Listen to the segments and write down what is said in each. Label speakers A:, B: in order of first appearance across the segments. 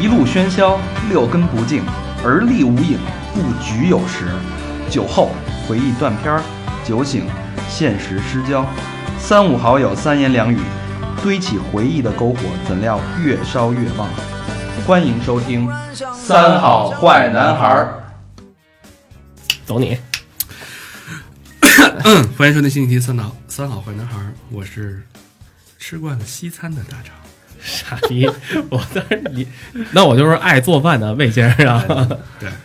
A: 一路喧嚣，六根不净，而立无影，不局有时。酒后回忆断片儿，酒醒现实失焦。三五好友三言两语，堆起回忆的篝火，怎料越烧越旺。欢迎收听《三好坏男孩儿
B: 走你。
C: 嗯，欢迎收听星期三好三好坏男孩儿，我是吃惯了西餐的大肠。
B: 傻逼！我当时你， 那我就是爱做饭的魏先生啊。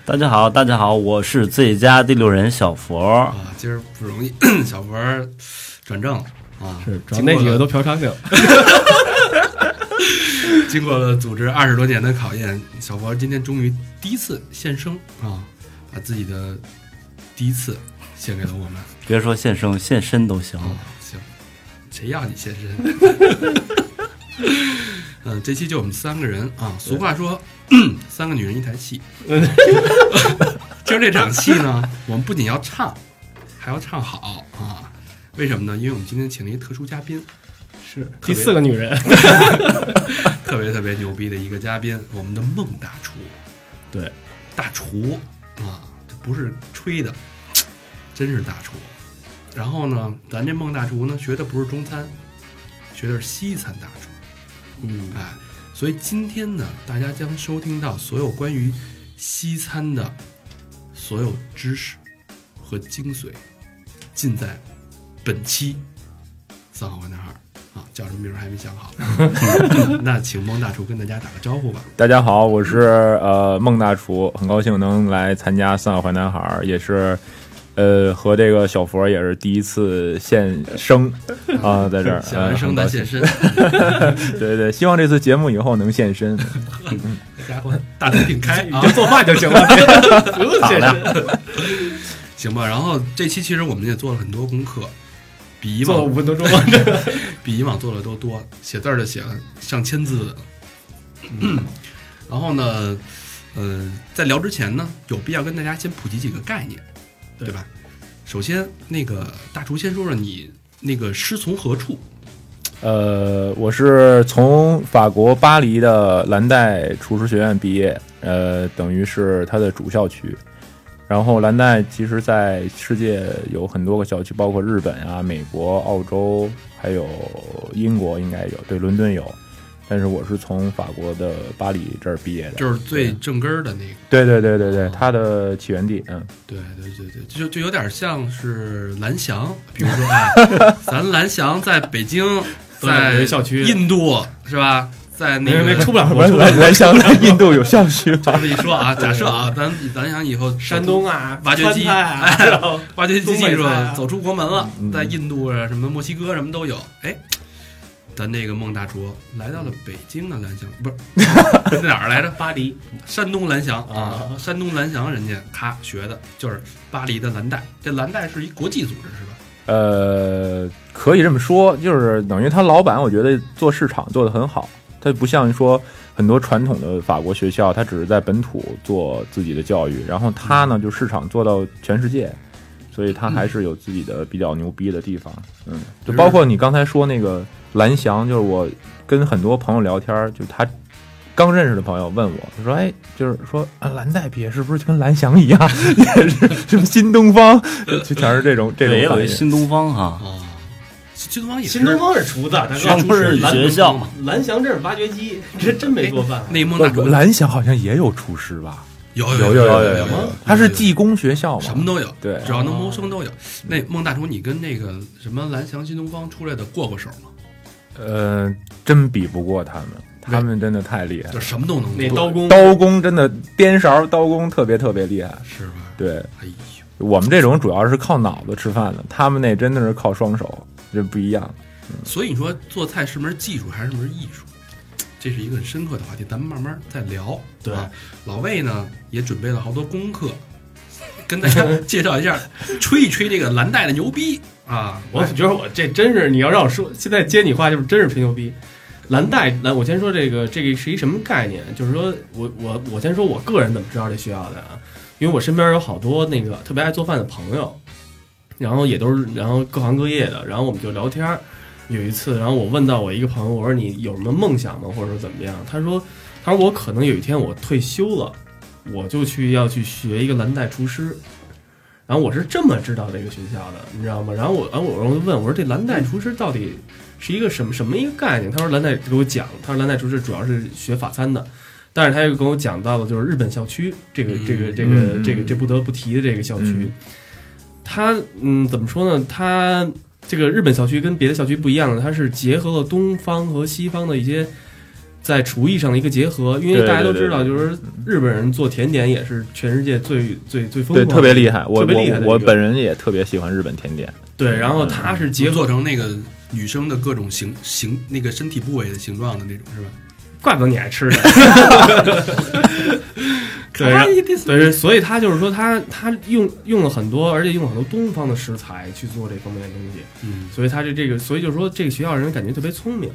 D: 大家好，大家好，我是最佳第六人小佛。
C: 啊，今儿不 容易，小博儿转正了啊，
B: 是， 主要
C: 经过
B: 那几个
C: 了
B: 都嫖娼去了。
C: 经过了组织二十多年的考验，小博儿今天终于第一次现身啊，把自己的第一次献给了我们。
D: 别说现生，现身都行。
C: 啊，行，谁要你现身？嗯，这期就我们三个人啊。俗话说，三个女人一台戏。今儿这场戏呢，我们不仅要唱，还要唱好啊。为什么呢？因为我们今天请了一特殊嘉宾，
B: 是第四个女人，
C: 特别特别牛逼的一个嘉宾，我们的孟大厨，
B: 对，
C: 大厨啊，这不是吹的，真是大厨。然后呢，咱这孟大厨呢，学的不是中餐，学的是西餐大厨。
B: 嗯，
C: 哎，所以今天呢，大家将收听到所有关于西餐的所有知识和精髓，尽在本期三好坏男孩儿啊，叫什么名儿还没 想好。 那请孟大厨跟大家打个招 呼吧。
E: 大家好，我是呃孟大厨，很高兴能来参加《三好坏男孩》，也是呃和这个小佛也是第一次现生啊、在这儿，
C: 想完生
E: 的
C: 的 现身，
E: 对对对，希望这次节目以后能现身。
C: 家伙大头挺 开 啊
B: 就，做饭就行了，哎不用 谢谢。
C: 行吧。然后这期其实我们也做了很多功课，比以
B: 做了
C: 往
B: 五 分多钟，
C: 比以往做的都多，写字儿的写了上千字的。嗯 然后呢，呃，在聊之前呢，有必要跟大家先普及几个概念，对吧？首先，那个大厨先说说你那个师从何处？
E: 呃，我是从法国巴黎的蓝带厨师学院毕业，呃，等于是它的主校区。然后蓝带其实在世界有很多个校区，包括日本啊、美国、澳洲，还有英国应该有，对，伦敦有。但是我是从法国的巴黎这儿毕业的，
C: 就是最正根儿的那个。
E: 对对对对对，它的起源地，嗯，
C: 对对对对，就就有点像是蓝翔，比如说啊，咱蓝翔在北京，
B: 都在有
C: 在
B: 一校区
C: 印度是吧？在那
B: 没没
C: 个
B: 出不了什么
E: 我
B: 出不了
E: 来来想在印度有校区
C: 这
E: 吧？
C: 么一说啊，假设啊，咱咱想以后
B: 山东 啊，
C: 挖掘机
B: 川菜啊，然后
C: 挖掘机技
B: 东北
C: 术
B: 菜啊
C: 走出国门了，
E: 嗯
C: 在印度啊、什么墨西哥什么都有。哎，咱那个孟大厨来到了北京的蓝翔，不是 在哪儿来着？
B: 巴黎
C: 山东蓝翔
B: 啊
C: 山东蓝翔人家咔学的就是巴黎的蓝带，这蓝带是一国际组织是吧？
E: 呃，可以这么说，就是等于他老板，我觉得做市场做得很好，他不像说很多传统的法国学校，他只是在本土做自己的教育，然后他呢就市场做到全世界，所以他还是有自己的比较牛逼的地方。嗯，就包括你刚才说那个蓝翔，就是我跟很多朋友聊天儿，就他。刚认识的朋友问我，他说：“哎，就是说啊，蓝带毕业是不是就跟蓝翔一样，也是什么新东方，就全是这种
D: 对，
E: 这种
D: 也有
E: 反
D: 一
E: 应。
D: 新东方哈，
C: 哦，新东方也是
B: 新东方是啊厨子，他
D: 他不是学校嘛，
B: 蓝翔镇挖掘机，这真没做饭啊。
C: 内蒙
E: 不
C: 大厨
E: 蓝翔好像也有厨师吧？
C: 有
E: 哦
C: 有
E: 有有
C: 有
E: 有
C: 有
E: 有
C: 有，
E: 它是技工学校嘛？
C: 什么都有，
E: 对
C: 只要能谋生都有。那孟大厨，你跟那个什么蓝翔新东方出来的过过手吗？
E: 呃，真比不过他们，他们真的太厉害
C: 就
E: 了。
C: 什么都能
B: 那
C: 做，
B: 刀工，
E: 刀工真的颠勺刀工特别特别厉害。
C: 是吧？
E: 对
C: 哎呦，
E: 我们这种主要是靠脑子吃饭的，他们那真的是靠双手，这不一样。
C: 所以你说做菜是门技术还是门艺术？这是一个很深刻的话题，咱们慢慢再聊。
B: 对
C: 啊老魏呢也准备了好多功课，跟大家介绍一 下，吹一吹这个蓝带的牛逼啊！
B: 我觉得我这真是，你要让我说，现在接你话就是真是吹牛逼。蓝带蓝，我先说这个，这个是一什么概念？就是说我我我先说我个人怎么知道这学校的啊，因为我身边有好多那个特别爱做饭的朋友，然后也都是然后各行各业的，然后我们就聊天儿。有一次，然后我问到我一个朋友，我说你有什么梦想吗？或者说怎么样？他说他说我可能有一天我退休了，我就去要去学一个蓝带厨师。然后我是这么知道这个学校的，你知道吗？然后我，然后我我就问我说这蓝带厨师到底是一个什么什么一个概念？他说蓝带给我讲，他说蓝带厨师主要是学法餐的。但是他又跟我讲到了，就是日本校区这个、这个、这个、
E: 嗯嗯
B: 这个、这不得不提的这个校区，
E: 嗯
B: 它嗯怎么说呢？它这个日本校区跟别的校区不一样的，它是结合了东方和西方的一些在厨艺上的一个结合。因为
E: 对
B: 大家都
E: 对对
B: 知道，
E: 对
B: 就是日本人做甜点也是全世界最最最疯
E: 对，
B: 狂的，
E: 特别厉害。我
B: 特别厉害的
E: 我我
B: 这个
E: 本人也特别喜欢日本甜点，
B: 对。然
E: 嗯
B: 后它是结
C: 也做
B: 合，
C: 成那个女生的各种形形那个身体部位的形状的那种是吧？
B: 怪不得你爱吃呢。对，然后
C: 一定
B: 对，所以他就是说他，他用用了很多，而且用了很多东方的食材去做这方面的东西，
C: 嗯，
B: 所以他这这个，所以就是说这个学校人感觉特别聪明。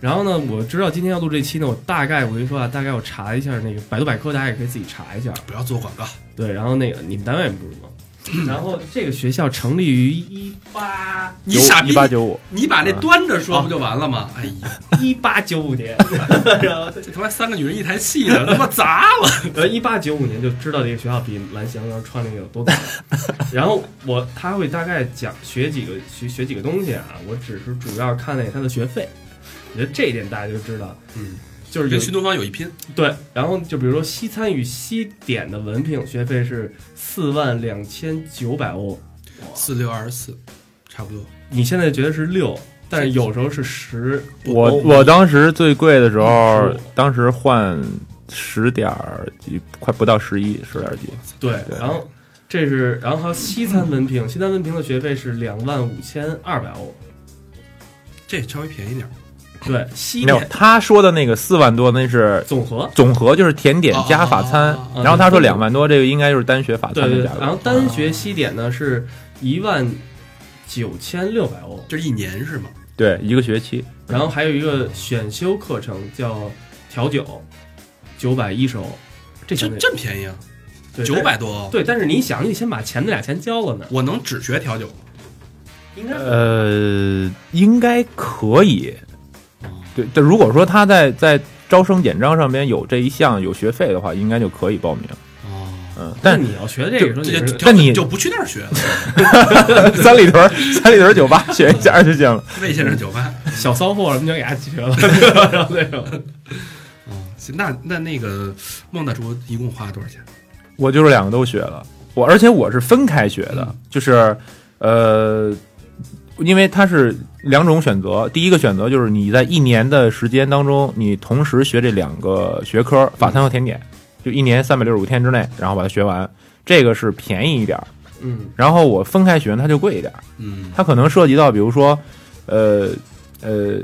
B: 然后呢，我知道今天要录这期呢，我大概我跟你说啊，大概我查一下那个百度百科，大家也可以自己查一下。
C: 不要做广告，
B: 对，然后那个你们单位不是吗？然后这个学校成立于一八
C: 你傻逼
E: 一，八九五，
C: 你把那端着说不就完了吗？哎呀，
B: 一八九五年， 然后
C: 这他妈三个女人一台戏的，他妈砸了！
B: 呃，一八九五年就知道这个学校比蓝翔要创立有多早，然后我他会大概讲学几个学学几个东西啊，我只是主要看了他的学费，我觉得这一点大家就知道，
C: 嗯，
B: 就是有
C: 跟新东方有一拼，
B: 对，然后就比如说西餐与西点的文凭学费是四万两千九百欧，
C: 四六二十四，差不多。
B: 你现在觉得是六，但是有时候是十，
E: 我
B: 我
E: 我当时最贵的时候
B: 15，
E: 当时换十点儿几，快不到十一，十点儿几。
B: 对，
E: 对
B: 然后这是然后还有西餐文凭，西餐文凭的学费是两万五千二百欧，
C: 这稍微便宜点儿，
B: 对，西
E: 没有
B: 点，
E: 他说的那个四万多，那是
B: 总和。
E: 总和，就是甜点加法餐
C: 哦。
B: 哦哦
E: 然后他说两万多，这个应该就是单学法
B: 对
E: 餐
B: 对
E: 的
B: 对
E: 价，
B: 然后
E: 格。
B: 单学西点呢是一万九千六百欧，
C: 这一年是吗？
E: 对，一个学
C: 啊
E: 期。
B: 然后还有一个选修课程叫调酒，九百一十欧，这
C: 这
B: 相对
C: 这么便宜啊，
B: 对
C: 九
B: 但
C: 百多哦。
B: 对，但是你想，你先把前那俩钱交了呢，
C: 我能只学调酒吗？
B: 应该
E: 呃，应该可以。对，但如果说他在在招生简章上边有这一项有学费的话，应该就可以报名。
C: 哦，
E: 嗯， 但
B: 你要学这个时候
C: 这
B: 你
C: 就
B: 是。
C: 调
E: 那你
C: 就不去那儿学了，
E: 三里屯儿三里屯儿酒吧学一下就行了。
C: 魏先生酒吧。
B: 小骚货什么就给他学了，然后那种
C: 哦，行，那那那个孟大厨一共花了多少钱？
E: 我就是两个都学了，我而且我是分开学的，就是呃，因为它是两种选择，第一个选择就是你在一年的时间当中，你同时学这两个学科，法餐和甜点，就一年三百六十五天之内，然后把它学完，这个是便宜一点儿。
B: 嗯，
E: 然后我分开学呢，它就贵一点儿，
C: 嗯，
E: 它可能涉及到比如说，呃呃。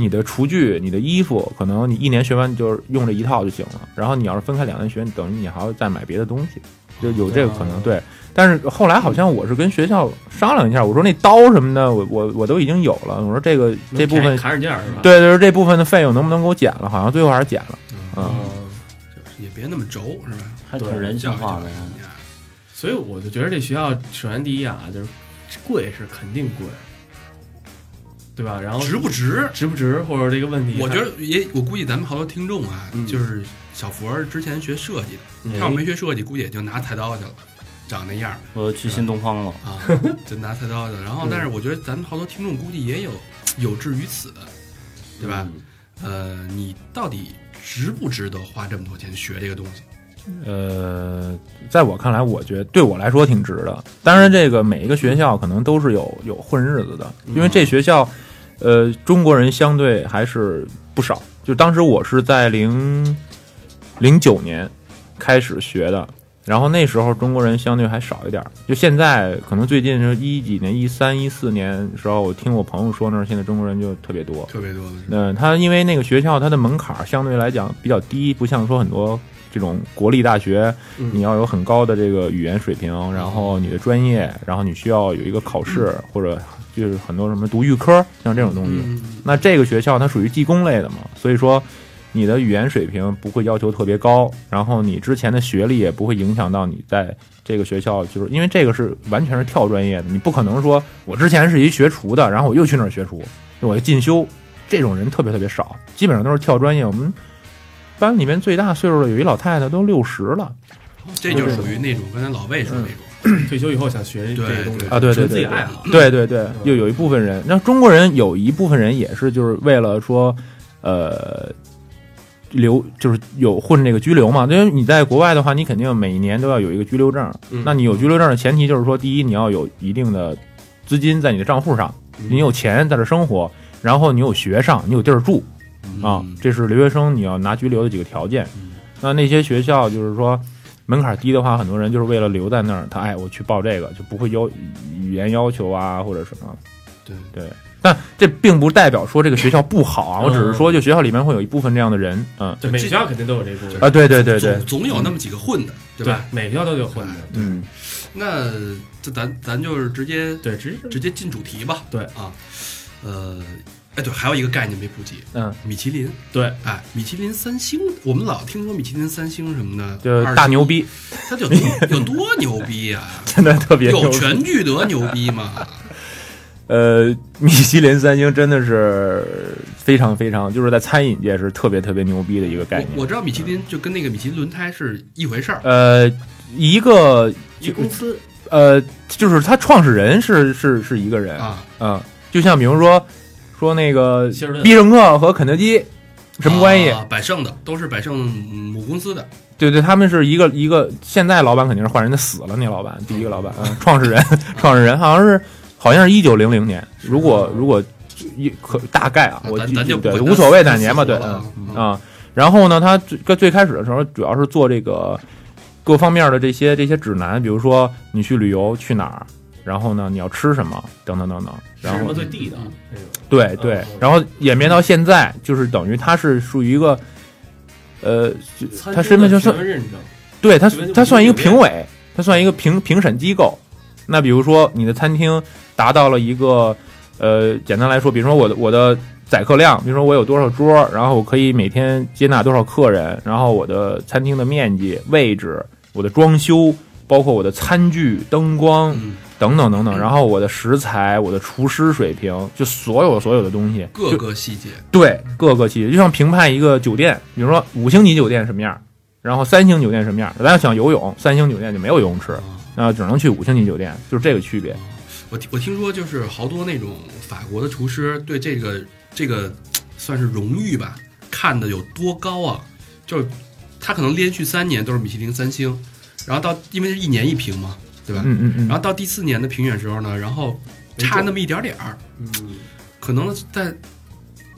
E: 你的厨具、你的衣服，可能你一年学完就是用这一套就行了。然后你要是分开两年学，你等于你还要再买别的东西。就有这个可能。对，啊但是后来好像我是跟学校商量一下，我说那刀什么的，我我我都已经有了，我说这个这部分，
B: 砍砍价是吧？，
E: 对对，这部分的费用能不能给我减了？好像最后还是减了。嗯，
C: 就是也别那么轴，是吧？
D: 还挺人性化的。
B: 所以我就觉得这学校首先第一啊，就是贵是肯定贵，对吧？然后
C: 值不值？
B: 值不值或者这个问题，
C: 我觉得也，我估计咱们好多听众啊，
B: 嗯
C: 就是小佛儿之前学设计的，
B: 嗯
C: 他要没学设计，估计也就拿菜刀去了，长那样儿
D: 我去新东方了，
C: 啊，就拿菜刀去了。然后
B: 嗯，
C: 但是我觉得咱们好多听众估计也有有志于此，对吧？呃，你到底值不值得花这么多钱学这个东西？
E: 呃，在我看来，我觉得对我来说挺值的。当然，这个每一个学校可能都是有有混日子的，因为这学校，呃，中国人相对还是不少。就当时我是在零零九年开始学的，然后那时候中国人相对还少一点儿。就现在，可能最近是一几年，一三一四年时候，我听我朋友说那儿现在中国人就特别多。
C: 特别多的是
E: 嗯，它因为那个学校它的门槛儿相对来讲比较低，不像说很多这种国立大学，
B: 嗯
E: 你要有很高的这个语言水平，
C: 嗯
E: 然后你的专业，然后你需要有一个考试，或者就是很多什么读预科，像这种东西。
C: 嗯，
E: 那这个学校它属于技工类的嘛，所以说你的语言水平不会要求特别高，然后你之前的学历也不会影响到你在这个学校，就是因为这个是完全是跳专业的，你不可能说我之前是一学厨的，然后我又去那儿学厨，我就进修，这种人特别特别少，基本上都是跳专业。我们班里面最大岁数的有一老太太都六十了
C: 哦这就属于那种刚才老魏说的那种，
B: 退休以后想学这
C: 对
B: 个东西
E: 啊，对对
B: 纯自己
E: 对，
B: 爱好，
E: 对对对，又有一部分人，那中国人有一部分人也是就是为了说，呃，留就是有混这个居留嘛，因为你在国外的话，你肯定每年都要有一个居留证，
B: 嗯
E: 那你有居留证的前提就是说，第一你要有一定的资金在你的账户上，你有钱在这生活，然后你有学上，你有地儿住
C: 嗯
E: 啊，这是留学生你要拿居留的几个条件。那那些学校就是说门槛低的话，很多人就是为了留在那儿，他哎我去报这个就不会要语言要求啊或者什么。
C: 对
E: 对，但这并不代表说这个学校不好啊，我只是说就学校里面会有一部分这样的人，嗯
B: 对，每学校肯定都有这部分，
E: 啊，对对对对
C: 总，总有那么几个混的，对
B: 对
C: 吧？，
B: 每学校都有混的，
E: 嗯，
C: 那这咱咱就是直接
B: 对，直接
C: 直接进主题吧。
B: 对
C: 啊，呃，哎对，还有一个概念没普及，
E: 嗯，
C: 米其林，
B: 对，
C: 哎，米其林三星，我们老听说米其林三星什么的，
E: 就
C: 21
E: 大牛，逼，
C: 它有多有多牛逼啊？
E: 真的特 别牛
C: 有
E: 逼。
C: 全聚德牛逼吗？
E: 呃，米其林三星真的是非常非常，就是在餐饮界是特别特别牛逼的一个 概
C: 我我
E: 念。
C: 知道米其林就跟那个米其林轮胎是一回事儿，
E: 呃，一个
B: 一公司
E: 呃，就是他创始人是是是一个人，
C: 啊，
E: 嗯，就像比如说说那个
B: 希尔顿
E: 必胜客和肯德基什么关系？
C: 啊百胜的都是百胜母公司的，
E: 对对，他们是一个一个，现在老板肯定是换人，家死了那老板，第一个老板，嗯，创 始人，创始人好像是好像是一九零零年，如果如果一可大概啊
C: 啊，
E: 我
C: 咱
E: 记
C: 咱就不
E: 对
C: 管
E: 无所谓
C: 他
E: 哪年吧，
C: 死
E: 对，
C: 活了
E: 嗯啊，然后呢，他最最开始的时候主要是做这个各方面的这些这些指南，比如说你去旅游去哪儿，然后呢你要吃什么等等等等，
B: 是
E: 然
B: 什
E: 后
B: 么最地道那种，
E: 对对
B: 嗯，
E: 然后演变到现在，就是等于他是属于一个呃，就
B: 餐
E: 他
B: 厅
E: 身份
B: 的
E: 就算
B: 学。生认证，
E: 对他
B: 这边就，
E: 他
B: 不是
E: 算一个
B: 酒
E: 评
B: 店
E: 委，他算一个评评审机构。那比如说你的餐厅达到了一个，呃，简单来说，比如说我的我的载客量，比如说我有多少桌，然后我可以每天接纳多少客人，然后我的餐厅的面积、位置、我的装修，包括我的餐具、灯光
C: 嗯，
E: 等等等等，然后我的食材、我的厨师水平，就所有所有的东西，
C: 各
E: 就
C: 个细节，
E: 对，各个企业就像评判一个酒店，比如说五星级酒店什么样，然后三星酒店什么样。咱要想游泳，三星酒店就没有游泳池，那只能去五星级酒店，就是这个区别。
C: 我听我听说就是好多那种法国的厨师对这个这个算是荣誉吧，看的有多高啊？就是他可能连续三年都是米其林三星，然后到因为是一年一评嘛，对吧？
E: 嗯嗯
C: 然
E: 嗯，
C: 后到第四年的评选时候呢，然后差那么一点点儿，
B: 嗯，
C: 可能在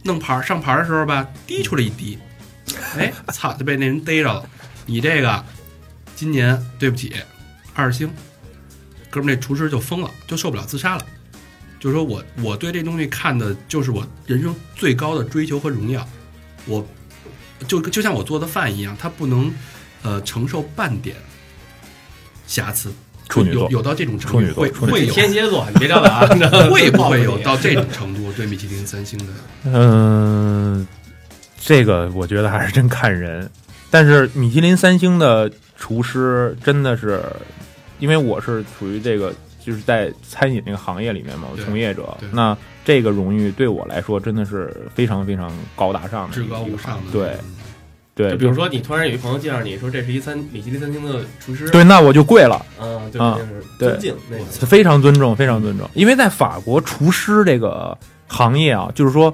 C: 弄牌儿上牌儿的时候吧，滴出来一滴，哎，操，就被那人逮着了。你这个今年对不起，二星，哥们儿，那厨师就疯了，就受不了，自杀了。就是说我我对这东西看的就是我人生最高的追求和荣耀，我就就像我做的饭一样，它不能呃承受半点瑕疵。
E: 处女
C: 有
E: 座
C: 有到这种程度，
E: 处女座
C: 会
E: 处女
C: 会有
B: 天蝎座，你别着了啊，
C: 会不会有
B: 道
C: 到这种程度？对米其林三星的，
E: 嗯、这个我觉得还是真看人。但是米其林三星的厨师真的是，因为我是属于这个就是在餐饮这个行业里面嘛，我
C: 对
E: 从业者
C: 对，
E: 那这个荣誉对我来说真的是非常非常高大上的
C: 至
E: 一个
C: 高
E: 行业，
C: 无上的，
E: 对对，
B: 就比如说，你突然有一朋友介绍你说这是一餐米其林餐厅的厨师，，
E: 对，那我就跪了，
B: 嗯，对，
E: 啊
B: 就是
E: 对
B: 尊敬那种，
E: 非常尊重，非常尊重。因为在法国，厨师这个行业啊，就是说，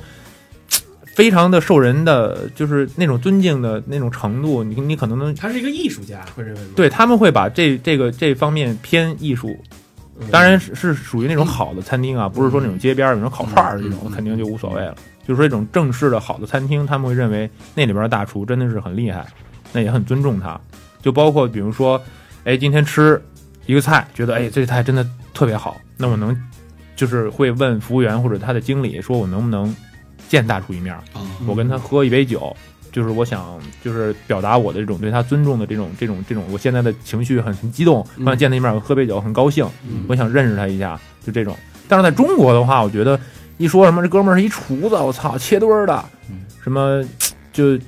E: 非常的受人的，就是那种尊敬的那种程度，你你可能能
B: 他是一个艺术家，会认为吗？
E: 对他们会把这这个这方面偏艺术，
B: 嗯，
E: 当然是是属于那种好的餐厅啊，不是说那种街边儿有那种烤串儿这种
C: 嗯嗯，嗯
E: 肯定就无所谓了。就是说这种正式的好的餐厅，他们会认为那里边的大厨真的是很厉害，那也很尊重他。就包括比如说，哎，今天吃一个菜，觉得哎这菜真的特别好，那我能就是会问服务员或者他的经理说，我能不能见大厨一面儿？
C: 啊，
B: 嗯
E: 我跟他喝一杯酒，就是我想就是表达我的这种对他尊重的这种这种这种，我现在的情绪很很激动，我想见他一面，我喝杯酒很高兴，我想认识他一下，就这种。但是在中国的话，我觉得一说什么这哥们儿是一厨子，我操，切墩儿的，什么就就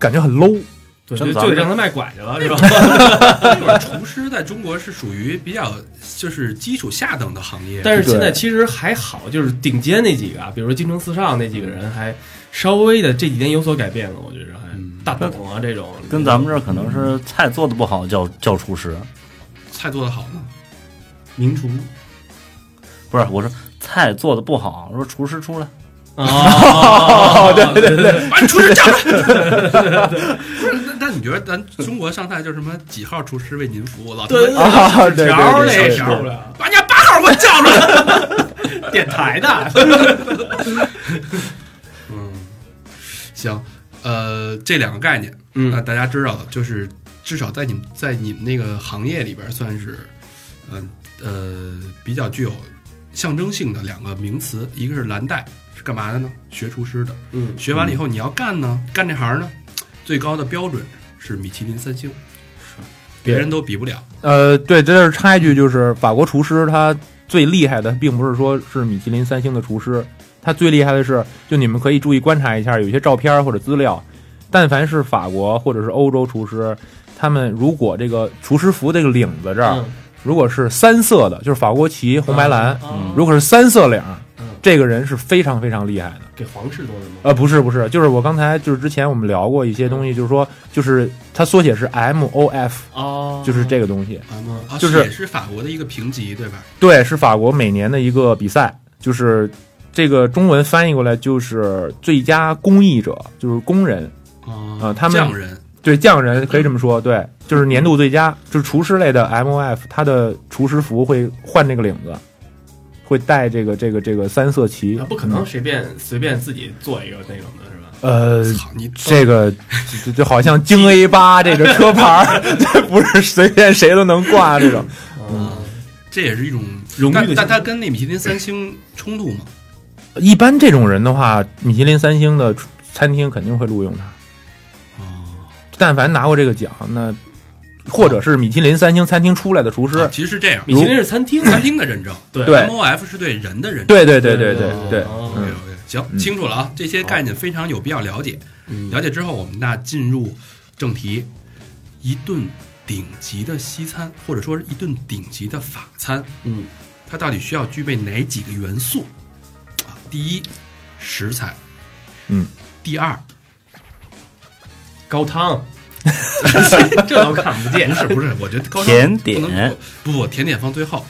E: 感觉很 low。
B: 对，
D: 真
B: 就
D: 咱
B: 就得让
D: 们
B: 他卖拐去了，是吧？
C: 啊那会儿厨师在中国是属于比较就是基础下等的行业，
B: 但是现在
E: 对
B: 其实还好，就是顶尖那几个啊，比如说京城四少那几个人，还稍微的这几年有所改变了，我觉着还
C: 嗯
B: 大董啊这种，
D: 跟咱们这儿可能是菜做的不好叫叫厨师，
C: 菜做的好呢，
B: 名厨
D: 不是我说菜做的不好，我说厨师出来，
E: 哦
B: 啊，对 对对，
C: 把厨师叫来。 不是，那那你觉得咱中国上菜就是什么几号厨师为您服务？老他妈
B: 对
E: 啊，对对
B: 条
E: 对
B: 那
E: 对
B: 受不
E: 对，
B: 了，
C: 把人家八号给我叫出来。
B: 啊电台的，
C: 嗯，行，呃，这两个概念，那
B: 嗯
C: 大家知道了，就是至少在你们在你们那个行业里边算是，嗯呃比较具有象征性的两个名词，一个是蓝带是干嘛的呢？学厨师的，
B: 嗯
C: 学完了以后你要干呢，干这行呢，最高的标准是米其林三星，别人都比不了。
E: 呃，对，在这儿插一句，就是法国厨师他最厉害的，并不是说是米其林三星的厨师，他最厉害的是，就你们可以注意观察一下，有一些照片儿或者资料，但凡是法国或者是欧洲厨师，他们如果这个厨师服这个领子这儿，
B: 嗯
E: 如果是三色的，就是法国旗啊红白蓝，
B: 嗯
E: 如果是三色领儿
B: 嗯，
E: 这个人是非常非常厉害的。
B: 给皇室做的吗？
E: 呃，不是不是，就是我刚才就是之前我们聊过一些东西，就是说，就是它缩写是 M O F，
B: 哦
E: 呃就是这个东西。
C: 啊吗啊，
E: 就是
C: 也是法国的一个评级，对吧？
E: 对，是法国每年的一个比赛，就是这个中文翻译过来就是最佳工艺者，就是工人，
C: 啊
E: 啊他们
C: 匠人
E: 对匠人可以这么说，对，就是年度最佳，就是厨师类的 M O F，它的厨师服会换这个领子，会带这个这个这个三色旗
B: 啊，不可能随便随便自己做一个那种的是吧？
E: 呃。
C: 操你
E: 这个就就好像京 A 八这个车牌儿， 这不是随便谁都能挂这种。
B: 嗯，
C: 这也是一种
B: 荣誉的
C: 但
B: 象征
C: 但它跟那米其林三星冲突吗？
E: 一般这种人的话，米其林三星的餐厅肯定会录用他。
C: 哦，
E: 但凡拿过这个奖，那或者是米其林三星餐厅出来的厨师
C: 啊，其实是这样，
B: 米其林是餐厅，啊
C: 餐厅的认证，
B: 对
E: 对
C: M O F 是对人的认证。
E: 对对对对对对，
B: 哦
C: OK OK，行，
E: 嗯
C: 清楚了啊，这些概念非常有必要了解。
B: 嗯
C: 了解之后，我们那进入正题，一顿顶级的西餐，或者说是一顿顶级的法餐，
B: 嗯，
C: 它到底需要具备哪几个元素？啊，第一，食材；
E: 嗯，
C: 第二，
B: 高 汤，这都看不见
C: 不，是不是，我觉得高
D: 甜
C: 汤不能
D: 点
C: 不不，甜点放最后。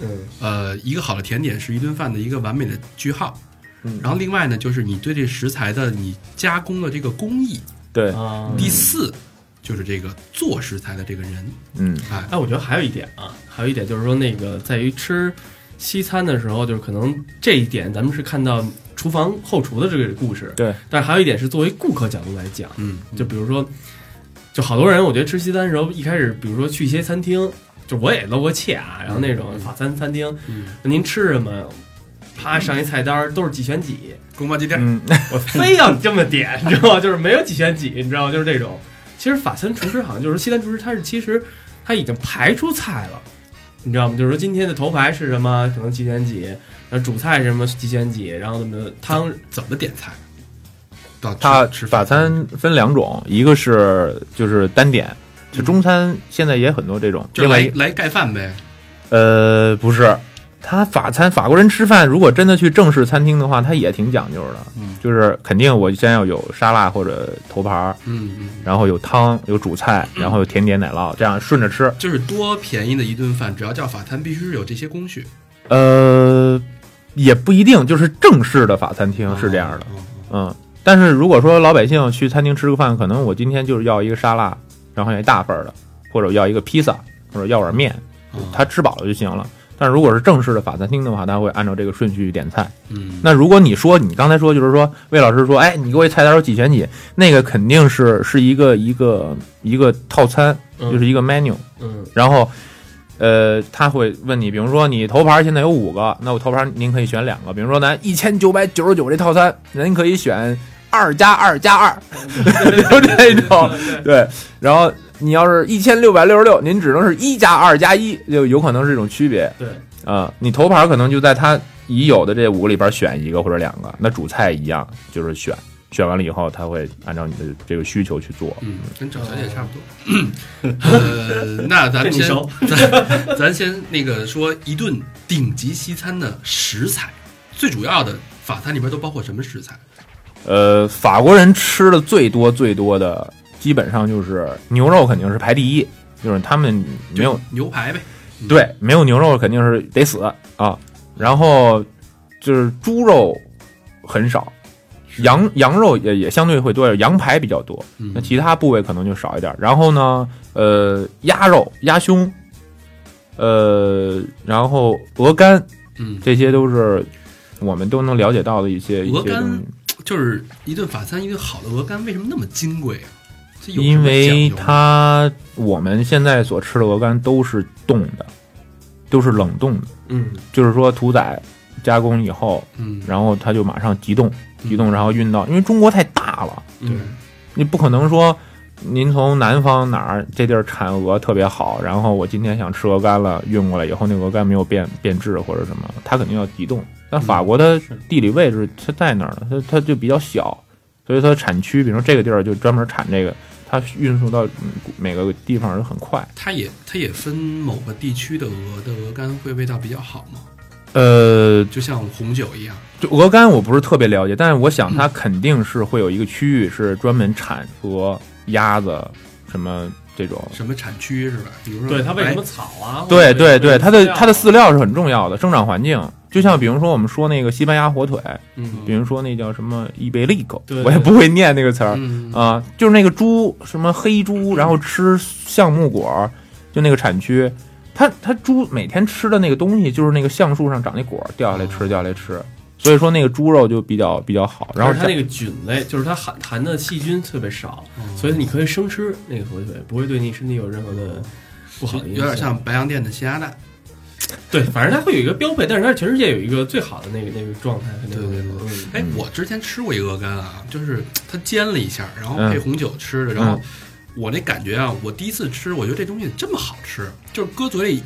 B: 嗯
C: 呃，一个好的甜点是一顿饭的一个完美的句号。
E: 嗯
C: 然后另外呢，就是你对这食材的你加工的这个工艺。
E: 对，
B: 啊，
C: 第四，就是这个做食材的这个人，
E: 嗯，
C: 哎，
B: 哎，我觉得还有一点啊，还有一点就是说，那个在于吃西餐的时候，就是可能这一点咱们是看到厨房后厨的这个故事，
E: 对，
B: 但是还有一点是作为顾客角度来讲，
C: 嗯，
B: 就比如说，就好多人我觉得吃西餐的时候，一开始比如说去一些餐厅，就我也露过怯啊，然后那种法餐餐厅，
C: 嗯
B: 您吃什么？啪上一菜单儿都是几选几，
C: 宫保鸡丁，
E: 嗯，
B: 我非要你这么点，你知道吗？就是没有几选几，你知道吗？就是这种。其实法餐厨师好像就是西餐厨师，他是其实他已经排出菜了，你知道吗？就是说今天的头牌是什么，可能几选几，然后主菜是什么几选几，然后怎么汤
C: 怎么点菜？到吃
E: 它
C: 吃
E: 法餐分两种，一个是就是单点，就中餐现在也很多这种，
C: 就
E: 另外
C: 来
E: 一
C: 来盖饭呗，
E: 呃不是。他法餐，法国人吃饭，如果真的去正式餐厅的话，他也挺讲究的，
D: 嗯
E: 就是肯定我先要有沙拉或者头盘儿，
C: 嗯嗯，
E: 然后有汤，有主菜，然后有甜点、奶酪，这样顺着吃。
C: 就是多便宜的一顿饭，只要叫法餐，必须是有这些工序，
E: 呃，也不一定，就是正式的法餐厅是这样的，
C: 哦。哦哦
E: 嗯。但是如果说老百姓去餐厅吃个饭，可能我今天就是要一个沙拉，然后要一大份儿的，或者要一个披萨，或者要碗面，
C: 哦
E: 他吃饱了就行了。但如果是正式的法餐厅的话，他会按照这个顺序点菜。
C: 嗯，
E: 那如果你说你刚才说就是说魏老师说，哎，你给我一菜单有几选几，那个肯定是是一个一个一个套餐，
B: 嗯
E: 就是一个 menu。
B: 嗯
E: 然后，呃，他会问你，比如说你头牌现在有五个，那我头牌您可以选两个，比如说咱一千九百九十九这套餐，您可以选二加二加二，就这种
B: 嗯
E: 对。然后你要是一千六百六十六，您只能是一加二加一，就有可能是这种区别
B: 对，
E: 啊、你头牌可能就在它已有的这五个里边选一个或者两个，那主菜一样就是选。选完了以后，他会按照你的这个需求去做。
C: 嗯，跟找小姐差不多。呃，那咱们
B: 这嗯你
C: 先
B: 熟，
C: 咱咱先那个说一顿顶级西餐的食材，最主要的法餐里边都包括什么食材？
E: 呃，法国人吃的最多最多的，基本上就是牛肉肯定是排第一，就是他们没有
C: 牛排呗，
E: 对，没有牛肉肯定是得死啊。然后就是猪肉很少，羊羊肉也也相对会多一点，羊排比较多，
C: 嗯
E: 那其他部位可能就少一点。然后呢，呃，鸭肉、鸭胸，呃，然后鹅肝，
C: 嗯，
E: 这些都是我们都能了解到的一些一
C: 鹅
E: 些
C: 肝
E: 东西。
C: 就是一顿法餐，一顿好的鹅肝为什么那么金贵啊？这有什么
E: 因为
C: 讲究吗啊
E: 它我们现在所吃的鹅肝都是冻的，都是冷冻的，
B: 嗯，
E: 就是说屠宰加工以后，
C: 嗯，
E: 然后它就马上急冻，
C: 嗯
E: 急冻然后运到，因为中国太大了，
C: 对，
E: 你不可能说您从南方哪儿这地儿产鹅特别好，然后我今天想吃鹅肝了，运过来以后那鹅肝没有变变质或者什么，它肯定要急冻。但法国它地理位置它在那儿呢，它它就比较小，所以它产区，比如说这个地儿就专门产这个，它运输到嗯每个地方都很快。
C: 它也它也分某个地区的鹅的鹅肝会味道比较好嘛，
E: 呃，
C: 就像红酒一样。
E: 就鹅肝我不是特别了解，但是我想它肯定是会有一个区域是专门产鹅、鸭子什么这种。
C: 什么产区是吧？比如说，
B: 对它为什么
C: 哎
B: 草啊？
E: 对对对，它的它的饲
B: 饲，
E: 料是很重要的，生长环境。就像比如说我们说那个西班牙火腿，
B: 嗯
E: 比如说那叫什么伊贝利狗
B: 对，
E: 我也不会念那个词儿
C: 嗯
E: 啊，就是那个猪什么黑猪，然后吃橡木果儿，就那个产区，它它猪每天吃的那个东西就是那个橡树上长那果儿掉下来吃掉下来吃，所以说那个猪肉就比较比较好。然后
B: 而且它
E: 加
B: 那个菌类，就是它含含的细菌特别少，
C: 嗯
B: 所以你可以生吃那个火腿，不会对你身体有任何的不好的影
C: 有
B: 响。
C: 点像白洋淀的咸鸭蛋。
B: 对，反正它会有一个标配，但是它全世界有一个最好的那个那个状态和那个嗯
C: 对对对
B: 味道
C: 哎，
E: 嗯
C: 我之前吃过一鹅肝啊，就是它煎了一下，然后
E: 嗯
C: 配红酒吃的，然后我那感觉啊，我第一次吃，我觉得这东西这么好吃，就是搁嘴里，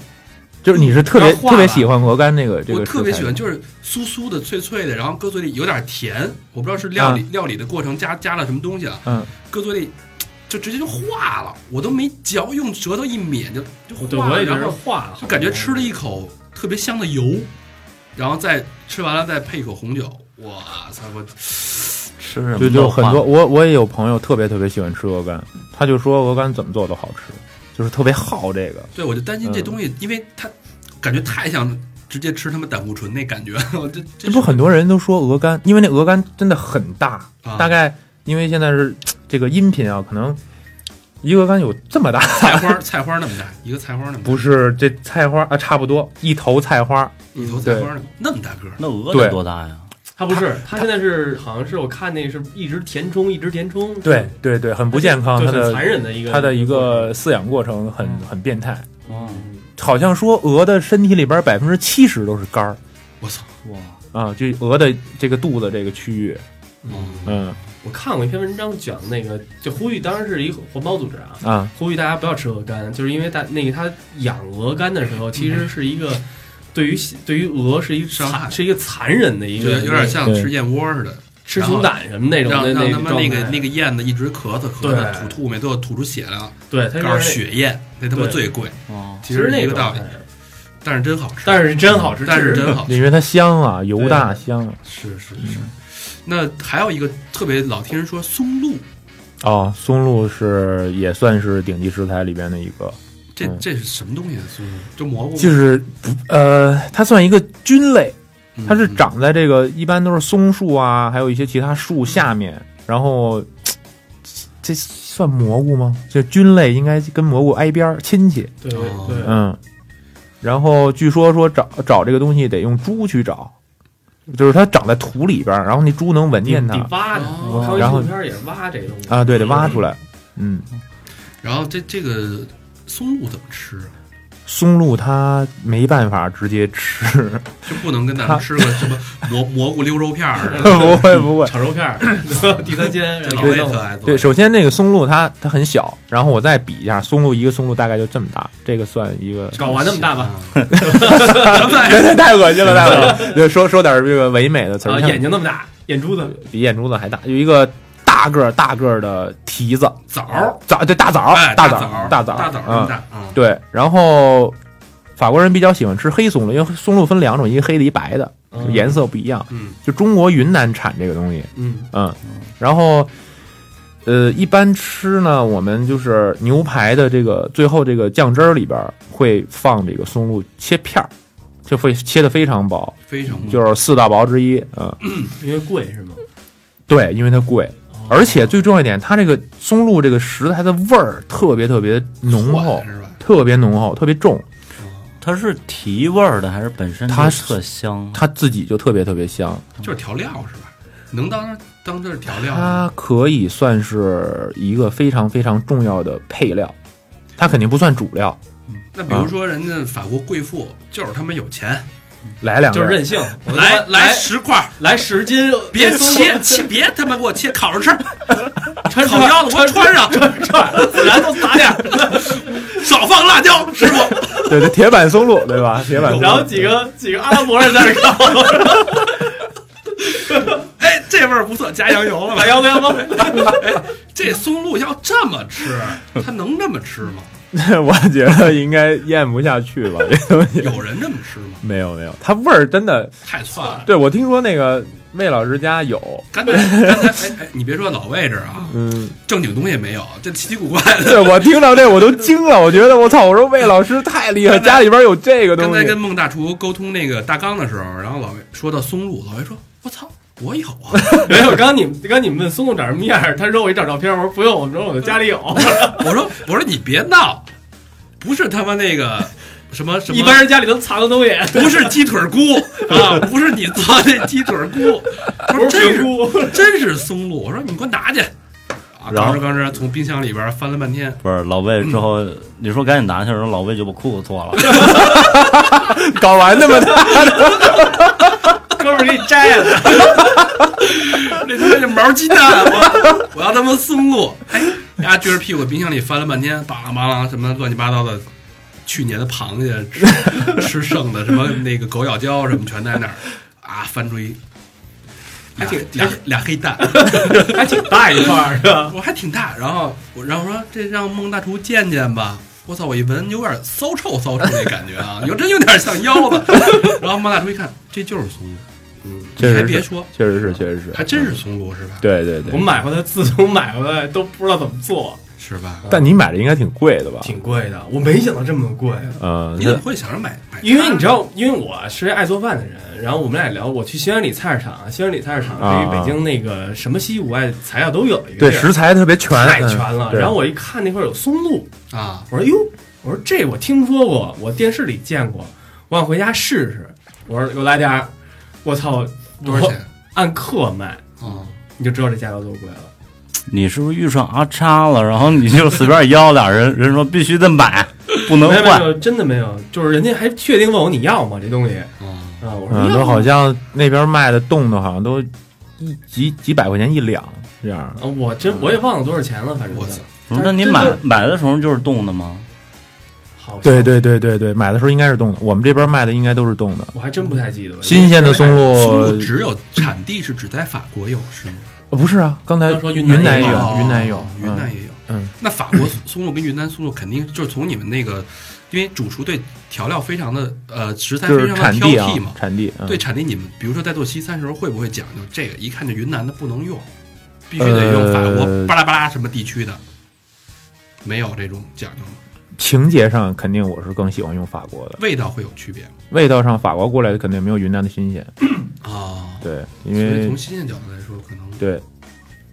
E: 就是你是特别
C: 要化
E: 特别
C: 吧
E: 喜欢鹅肝这个这
C: 我
E: 个，
C: 特别喜欢，。就是酥酥的、脆脆的，然后搁嘴里有点甜，我不知道是料理、料理的过程加加了什么东西啊，
E: 嗯，
C: 搁嘴里就直接就化了，我都没嚼，用舌头一抿就就
B: 对，
C: 化
B: 我
C: 了，
B: 也觉
C: 然
B: 得
C: 后
B: 化了，嗯
C: 就感觉吃了一口特别香的油，然后再吃完了再配一口红酒，哇塞，我
D: 吃什么
E: 就就
D: 都
E: 很
D: 换
E: 多，我我也有朋友特别特别喜欢吃鹅肝，他就说鹅肝怎么做都好吃，就是特别好这个。
C: 对，我就担心
B: 嗯
C: 这东西，因为它感觉太像直接吃他们胆固醇那感觉，我这
E: 这
C: 这
E: 不很多人都说鹅肝，因为那鹅肝真的很大，
C: 啊
E: 大概因为现在是这个音频啊，可能一个鹅肝有这么大，
C: 啊菜花菜花那么大，一个菜花那么大，
E: 不是这菜花啊，差不多一头菜花，
C: 一头菜花那么大个儿，
D: 那鹅
E: 对
D: 得多大呀？
B: 它不是，它现在是好像是我看那是一直填充，一直填充，
E: 对对对，很不健康，
B: 对嗯
E: 它
B: 很
E: 的
B: 残忍的一个
E: 它的一个饲养过程很很变态，
D: 嗯，
E: 好像说鹅的身体里边百分之七十都是肝儿
C: 我操！
D: 哇，
E: 啊，就鹅的这个肚子这个区域，嗯
B: 我看过一篇文章讲那个，就呼吁，当然是一个环保组织啊，
E: 啊。
B: 呼吁大家不要吃鹅肝，就是因为大那个它养鹅肝的时候，其实是一个对于对于鹅是一个
C: 伤害
B: 残是一个残忍的一
C: 就
B: 个，
C: 有点像
E: 对
C: 吃燕窝似的，
B: 吃熊胆什么那种
C: 让
B: 的
C: 让他
B: 个
C: 们
B: 状
C: 那
B: 态
C: 个那个燕子一直咳嗽咳嗽
B: 对
C: 吐吐沫，最后吐出血来，
B: 对，它
C: 告诉
B: 是
C: 血燕，那他妈
B: 对
C: 最贵，
D: 哦，
C: 其
B: 其实
C: 是
B: 那
C: 一
B: 个
C: 个道
B: 状
C: 理
B: 态，，
C: 但是真好吃，
B: 但是真好吃，
C: 但是
B: 真
C: 真好吃，
E: 因为它香啊，油大
B: 对
E: 香
C: 是是是。那还有一个特别老听人说松露，
E: 哦。松露是也算是顶级食材里边的一个，
C: 这
E: 嗯
C: 这是什么东西啊？松露就蘑菇吗，
E: 就是不呃，它算一个菌类，
C: 嗯
E: 它是长在这个一般都是松树啊，还有一些其他树下面，然后嘖这算蘑菇吗？这菌类应该跟蘑菇挨边儿亲戚，
B: 对对
C: 哦
B: 对，
E: 嗯。然后据说说找找这个东西得用猪去找，就是它长在土里边儿，然后那猪能闻
B: 你
E: 见
B: 你
E: 它
B: 挖的，
C: 哦
B: 我看过
E: 然
B: 纪
E: 后
B: 录片儿也是挖这个东西
E: 啊，对，得挖出来，嗯。
C: 然后这这个松露怎么吃啊？
E: 松露它没办法直接 吃，
C: 就不能跟咱们吃个 什么蘑蘑菇溜肉片儿似的，
E: 不会不会。
B: 炒肉片儿， 第三鲜，
C: 这
B: 然
C: 老
B: 后
C: 外
B: 弄
C: 特爱做。
E: 对，首先那个松露它它很小，然后我再比一下，松露一个松露大概就这么大，这个算一个，
B: 搞完那么大 吧，
C: 嗯
E: 对，太恶 心了，太恶心了。就说说点这个唯美的词
B: 啊，
E: 儿，像
B: 眼睛那么大，眼珠子，
E: 比眼珠子还大，有一个大个儿大个儿的蹄子
C: 枣儿，
E: 枣，对大枣
C: 哎，，
E: 大
C: 枣
E: 枣，
C: 大
E: 枣，
C: 大枣这么
E: 嗯，
C: 大啊，
E: 对。然后法国人比较喜欢吃黑松露，因为松露分两种，一个黑的，一白的。
B: 嗯
E: 颜色不一样。
B: 嗯
E: 就中国云南产这个东西，
B: 嗯
E: 嗯，然后呃，一般吃呢，我们就是牛排的这个最后这个酱汁儿里边儿会放这个松露切片儿，就会切的非常薄，
C: 非常
B: 嗯
C: 棒
E: 就是四大薄之一。嗯，
B: 因为贵是吗？
E: 对，因为它贵，而且最重要一点，它这个松露这个食材的味儿特别特别浓厚
C: 蒜，是吧？
E: 特别浓厚，特别重，
D: 它是提味儿的还是本身就
E: 它是
D: 特香？
E: 它自己就特别特别香。
C: 就是调料是吧？能当当这是调料吗？
E: 嗯它可以算是一个非常非常重要的配料，它肯定不算主料。
C: 那比如说人家法国贵妇就是他妈有钱，
E: 来 两
B: 就哎
E: 个
B: 是
E: 人，
B: 任性，我
C: 来
B: 来
C: 十 块，
B: 来十斤，
C: 别切
B: 穿
C: 切，别他妈给我切，烤着吃，
B: 穿
C: 烤腰子给我穿上，
B: 然后撒点儿，
C: 少放辣椒，师傅。
E: 对对，铁板松露对 吧？铁板松
B: 然后
E: 露，
B: 几个几个阿拉伯人在那儿 烤，
C: 哎，这味儿不错，加羊油了吧
B: 把？腰子腰子，
C: 这松露要这么吃，它能这么吃吗？
E: 我觉得应该咽不下去吧，这东西。
C: 有人这么吃吗？
E: 没有没有，它味儿真的，
C: 太窜了。
E: 对我听说那个魏老师家有，
C: 刚才刚才哎哎，你别说老位置啊，
E: 嗯，
C: 正经东西没有，这奇奇古怪的。
E: 对我听到这我都惊了，我觉得我操，我说魏老师太厉害，
C: 刚才
E: 家里边有这个
C: 刚
E: 东
C: 才跟
E: 西，
C: 孟大厨沟通那个大纲的时候，然后老魏说到松露，老魏说：“我操，我有啊，
B: 没有，刚刚你们刚刚你们问松露长什么样儿，他说我一找照片，我说不用，我说我的家里有，
C: 我说我说你别闹，不是他妈那个什么什么，
B: 一般人家里都藏的东西，
C: 不是鸡腿菇啊，不是你做那鸡腿 菇，他说
B: 不
C: 真
B: 是
C: 是
B: 评估，
C: 真是松露，我说你给我拿去。”啊，
D: 然
C: 当
D: 后
C: 时当时从冰箱里边翻了半天，
D: 不是老魏之后，你说赶紧拿去，然后老魏就把裤子脱了。
E: 搞完的嘛，
B: 哥们儿给你摘了，
C: 这他妈是毛鸡蛋，我我要他妈松露。哎，丫撅着屁股冰箱里翻了半天，巴拉巴拉什么乱七八糟的，去年的螃蟹吃吃剩的，什么那个狗咬胶什么全在那儿啊，翻出一俩俩俩黑蛋，
B: 还挺大一块儿是吧？
C: 我还挺大。然后我然后说这让孟大厨见见吧。我操！我一闻有点骚臭骚臭那感觉啊，有真有点像腰子。 然后孟大厨一看，这就是松露，嗯，
E: 确
C: 你还
E: 实
C: 别
E: 是
C: 说，
E: 确实是，确实是，
C: 还真是松露是吧？
E: 嗯对对对
B: 我，买回来，自从买回来都不知道怎么做，
C: 是吧？
E: 但你买的应该挺贵的吧？
B: 啊挺贵的，我没想到这么贵。
E: 嗯，
C: 你怎么会想着买买它？
B: 因为你知道，因为我是爱做饭的人，然后我们俩也聊，我去西安里菜市场，西安里菜市场
E: 啊
B: 对于北京那个什么西五爱材料都有一个
E: 对
B: 地儿
E: 食材特别全，
B: 太
E: 嗯
B: 全了。
E: 对
B: 然后我一看那块儿有松露，
C: 啊，
B: 我说哟，我说这我听说过，我电视里见过，我想回家试试。我说给我来点儿，我操，
C: 多少钱？
B: 按克卖，
C: 啊，
B: 你就知道这价格多贵了。
D: 你是不是遇上阿叉了？然后你就随便邀俩人， 人说必须得买，不能
B: 没有没
D: 换。
B: 有，真的没有，就是人家还确定问我你要吗？这东西啊，
C: 嗯，
B: 我说
E: 嗯，
B: 要
E: 都好像那边卖的冻的，好像都一几几百块钱一两这样。
B: 啊我真我也忘了多少钱了，反正
C: 我操
B: 是
D: 我说那你买买的时候就是冻的吗？
B: 好像
E: 对，对对对对，买的时候应该是冻的，我们这边卖的应该都是冻的，
B: 我还真不太记得了。
E: 新鲜的松
C: 松
E: 露
C: 露。只有产地是只在法国有是吗？
E: 呃不是啊，刚才
B: 刚说云
E: 云
B: 南
E: 南
B: 也
E: 也
B: 有
E: 有，云南有
C: 哦，
E: 嗯
C: 云南也有。
E: 嗯，
C: 那法国松露跟云南松露肯定就是从你们那个，因为主厨对调料非常的呃食材
E: 就
C: 非
E: 是
C: 常的
E: 产
C: 挑
E: 地啊
C: 剔嘛，。
E: 产地。嗯
C: 对，产地，你们比如说在做西餐时候会不会讲究这个？一看就云南的不能用，必须得用法国
E: 呃
C: 巴拉巴拉什么地区的，没有这种讲究吗？
E: 情节上肯定我是更喜欢用法国的，
C: 味道会有区别吗？
E: 味道上法国过来的肯定没有云南的新鲜。
C: 啊，
E: 对，因
C: 所以
E: 为
C: 从新鲜角度来说，可能
E: 对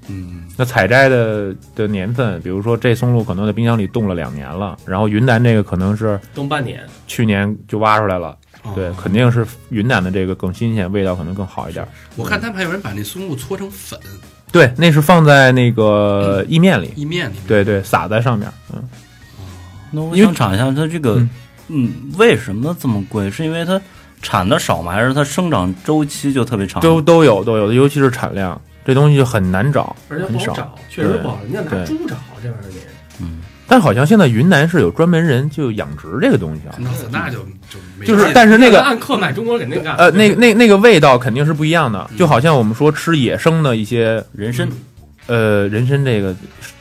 C: 嗯。
E: 那采摘的的年份，比如说这松露可能在冰箱里冻了两年了，然后云南这个可能是
B: 冬半年，
E: 去年就挖出来了。
C: 哦
E: 对，肯定是云南的这个更新鲜，味道可能更好一点。
C: 我看他们还有人把那松露搓成粉
E: 对，那是放在那个
B: 嗯
E: 意面里，
C: 意面里面。
E: 对对，撒在上面。
B: 哦
E: 嗯，
D: 那我
E: 因为
D: 想查一下，它这个
E: 嗯，
D: 嗯，为什么这么贵？是因为它产的少吗？还是它生长周期就特别长？
E: 都都有都有，尤其是产量，这东西就很难找，
B: 而且
E: 很
B: 不好
E: 少。
B: 找，确实不好，人家拿
E: 对
B: 猪找这玩意儿也。
D: 嗯，
E: 但好像现在云南是有专门人就养殖这个东
B: 嗯
E: 西啊，
C: 那那就就没劲
E: 就是但是那
B: 要
E: 个
B: 按克卖，中国肯定干。
E: 呃嗯呃那那那个味道肯定是不一样的，就好像我们说吃野生的一些
D: 人参
E: 呃，人参这个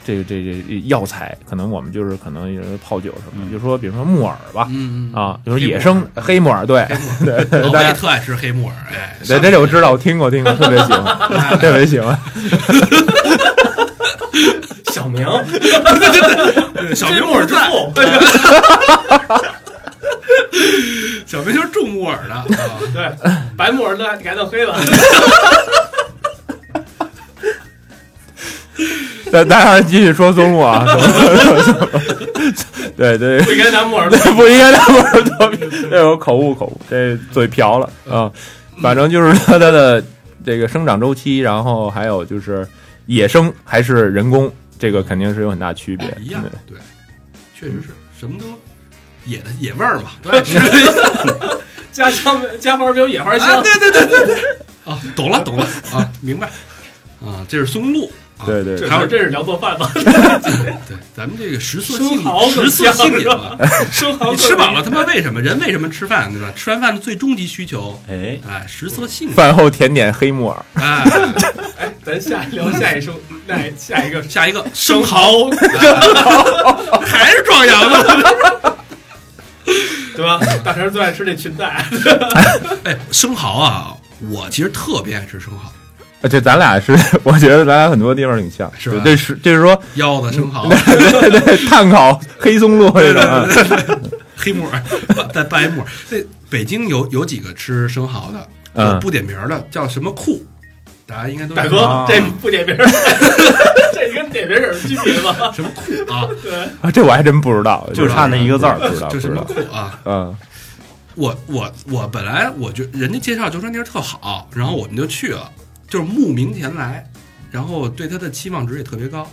E: 这个这个、这个、药材，可能我们就是可能就是泡酒什么的，
D: 嗯
E: 就说比如说木耳吧，
C: 嗯嗯
E: 啊，就是野生黑木耳，对对
C: 嗯老
E: 对，大
C: 白也
E: 家
C: 特爱吃黑木耳，哎，
E: 对这个我知道，我听过听过，特别喜 欢，特别喜欢。
B: 小明，
C: 对呃小明木耳之父，小明就是种木耳的啊。
B: 对，白木耳都改到黑了，
E: 大大家继续说松木啊，什么什么什么 对对
B: 不应该拿木耳。
E: 对，不应该那么多， 这有口误口误，这嘴瓢了啊。反正就是它的这个生长周期，然后还有就是野生还是人工，这个肯定是有很大区别。嗯
C: 一样
E: 对，
C: 对，确实是什么都野的野味儿嘛，都爱吃啊，
B: 家乡家花没有野花香，
C: 对对对对对，啊，懂了懂了啊，明白啊，这是松露，啊、
E: 对对
B: 这
C: 还有
B: 这是聊做饭吧？
C: 对，咱们这个食色性
B: 生蚝
C: 食色性也嘛，
B: 生 蚝
C: 你吃饱了，他妈为什么人为什么吃饭对吧？吃完饭的最终极需求，
D: 哎，
C: 哎，食色性也，
E: 饭后甜点黑木耳，
C: 哎，
B: 哎，咱下聊下一首，那下一个
C: 下一个生蚝，哎 还是壮阳的，
B: 对吧？大成最爱吃这裙 带，
C: 哎，生蚝啊，我其实特别爱吃生蚝，
E: 呃这咱俩是，我觉得咱俩很多地方挺像，
C: 是吧
E: 这是就是说，
C: 腰子生 蚝。
E: 对对，碳烤黑松露这种啊，
C: 黑木耳，带白木耳。那北京有有几个吃生蚝的，
E: 嗯
C: 有不点名儿的叫什么库，大家应该都知道
B: 大哥
E: 啊，
B: 这不点名儿， 这跟点名儿有什么区别吗？
C: 什么库啊，
B: 对，
E: 啊这我还真不知道，
D: 就差那一个字儿
E: 不知道，不
C: 就什
E: 知
C: 么
E: 道，
C: 库啊。
E: 嗯，
C: 我我我本来我觉人家介绍就说那地儿特好，然后我们就去了，就是慕名前来，然后对它的期望值也特别高。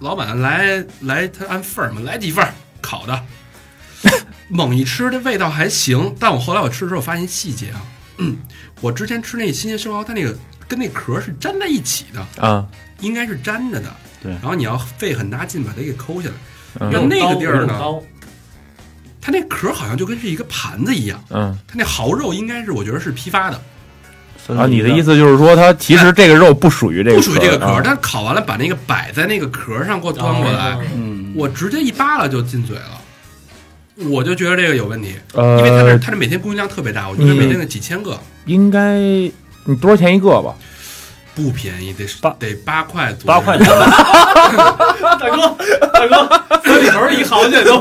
C: 老板来来，他按份儿嘛，来几份儿烤的，猛一吃这味道还行，但我后来我吃的时候发现细节啊，嗯我之前吃那新鲜生蚝，它那个跟那壳是粘在一起的，
E: 啊，
C: 应该是粘着的。
D: 对
C: 然后你要费很大劲把它给抠下来，
E: 嗯
C: 要那个地儿呢
B: 刀
C: 它那壳好像就跟是一个盘子一样，
E: 嗯。
C: 它那蚝肉应该是我觉得是批发的，
D: 孙
E: 啊，
D: 子
E: 你的
D: 一个
E: 意思就是说，它其实这个肉不属于这个，
C: 不属于这个壳
E: 啊
C: 儿，但烤完了把那个摆在那个壳上给我端过
B: 哦
C: 来，
D: 嗯，
C: 我直接一扒拉就进嘴了，我就觉得这个有问题，因为它这
E: 呃，
C: 它这每天供应量特别大，我觉得
E: 嗯
C: 每天得几千个，
E: 应该你多少钱一个吧？
C: 不便宜，得是
D: 八
C: 得八块左右，
D: 八块钱，
B: 大哥，大 哥，三里屯一豪去都